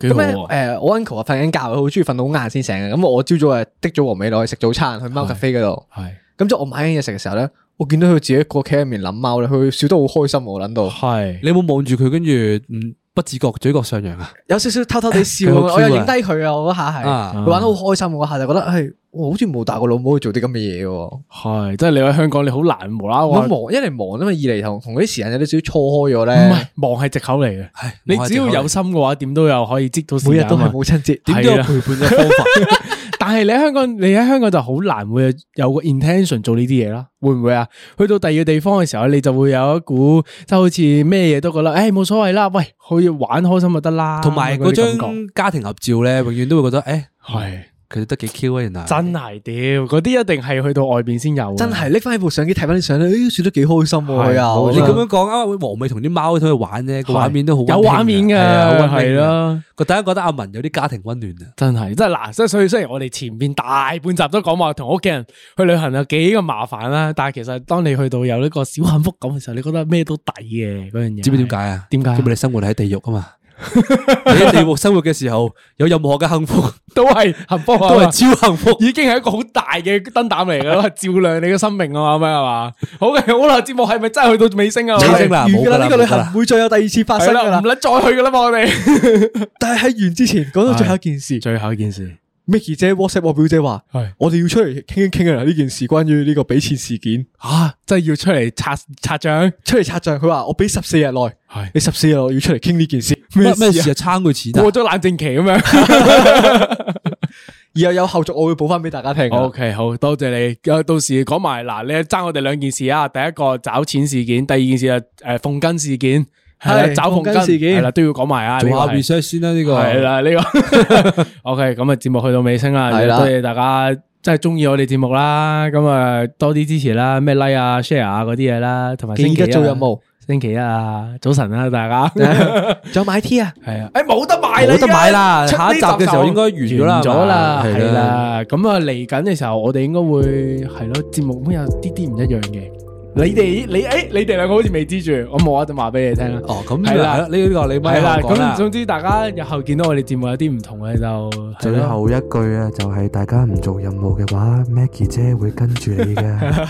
幾咁好咧喎，誒，我 uncle 啊瞓緊覺，佢好中意瞓到好晏先醒嘅。咁我朝早啊的咗黃美落去食早餐，去貓 cafe 嗰度。係咁即係我買緊嘢食嘅時候咧，我見到佢自己一個企喺面諗貓咧，佢笑得好開心喎，我諗到係你有冇望住佢跟住唔不自覺嘴角上揚啊？有少少偷偷地笑，佢好 cute 啊我又影低佢啊！我嗰下係啊佢玩得好開心，我嗰下就覺得，唉，我好似冇大個老母去做啲咁嘅嘢喎。係，即係你喺香港你好難無啦啦我話忙，一嚟忙啊嘛，二嚟同同嗰啲時間有啲少少錯開咗唔係咧。忙係藉口嚟嘅，唉你望下只要隻口有心嘅話，點都有可以積到時每間日啊都係嘛母親節，點係啊都有啦陪伴嘅方 法。但係你喺香港，你喺香港就好難會有個 intention 做呢啲嘢啦，會唔會啊？去到第二個地方嘅時候，你就會有一股即係好似咩嘢都覺得，誒冇所謂啦，喂，去玩開心就得啦。同埋嗰嗰啲感覺張家庭合照咧，永遠都會覺得誒，係佢都幾 Q 啊，原來真係屌，嗰啲一定係去到外邊先有啊嘅。真係拎翻起部相機睇翻啲相咧，誒，笑得幾開心喎係佢啊！冇我你錯咁樣講啱啱黃美同啲貓喺度玩咧，個係畫面都好有畫面嘅，嘅，好溫係馨啊。啦。我突然間覺得阿文有啲家庭溫暖啊。真係，真係嗱，即係所以雖然我哋前邊大半集都講話同屋企人去旅行有幾咁麻煩啦，但係其實當你去到有呢個小幸福感嘅時候，你覺得咩都抵嘅嗰樣嘢。知唔知點解啊？點解啊因為你生活喺地獄啊 嘛。你喺地獄生活嘅時候，有任何嘅幸 福都係幸福啊嘛，都係超幸福。已經係一個好大嘅燈膽嚟噶 啦，照亮你嘅生命啊嘛，咁樣係嘛？好嘅，好啦，節目係咪真係去到尾聲啊？尾聲啦完冇㗎㗎啦，啦呢個旅冇㗎行啦唔會再有第二次發係生㗎啦，啦唔。捻再去噶啦嘛，我哋但係喺完之前講到最後一件事 最後一件事，Micky 姐 WhatsApp 我表姐話係：我哋要出嚟傾一傾啊！呢件事關於呢個俾錢事件， 啊，真係要出嚟拆拆賬，出嚟拆帳。佢話我俾十四日內，係你十四日內要出嚟傾呢件事。啊咩咩事啊？撐佢錢啊 過？咗冷靜期咁樣，以後有後續我會補翻俾大家聽㗎。啊 O、k 好多謝你。誒到時講埋嗱，你爭我哋兩件事啊。第一個找錢事件，第二件事啊，誒縫巾事件，係啦，係找縫縫巾巾事件係啦，都要講埋啊。做呢下個係 research 先啦，呢個系，啦，呢个 OK，咁啊，节目去到尾声啦，係啦多谢大家真系中意我哋节目啦，咁啊多啲支持啦，咩 like 啊、share 啊嗰啲嘢啦，同埋星記期一得啊做任務，星期一啊，早晨啊，大家仲有買 T 啊！系啊，诶冇得买啦，冇得買啦而家出呢下一集嘅時候就應該完咗啦完咗啦，係系嘛啦，咁啊嚟紧嘅时候，我哋应该会系咯，节目會有啲啲唔一样嘅，你哋你诶，你哋两个好似未知住，我冇啊，就话俾你听啦。 哦咁係係啦啦，呢呢個你咪系啦，講啦咁。總之大家日後見到我哋節目有啲唔同嘅就最後一句啊，就係大家唔做任務嘅話，Maggie 姐會跟住你 嘅。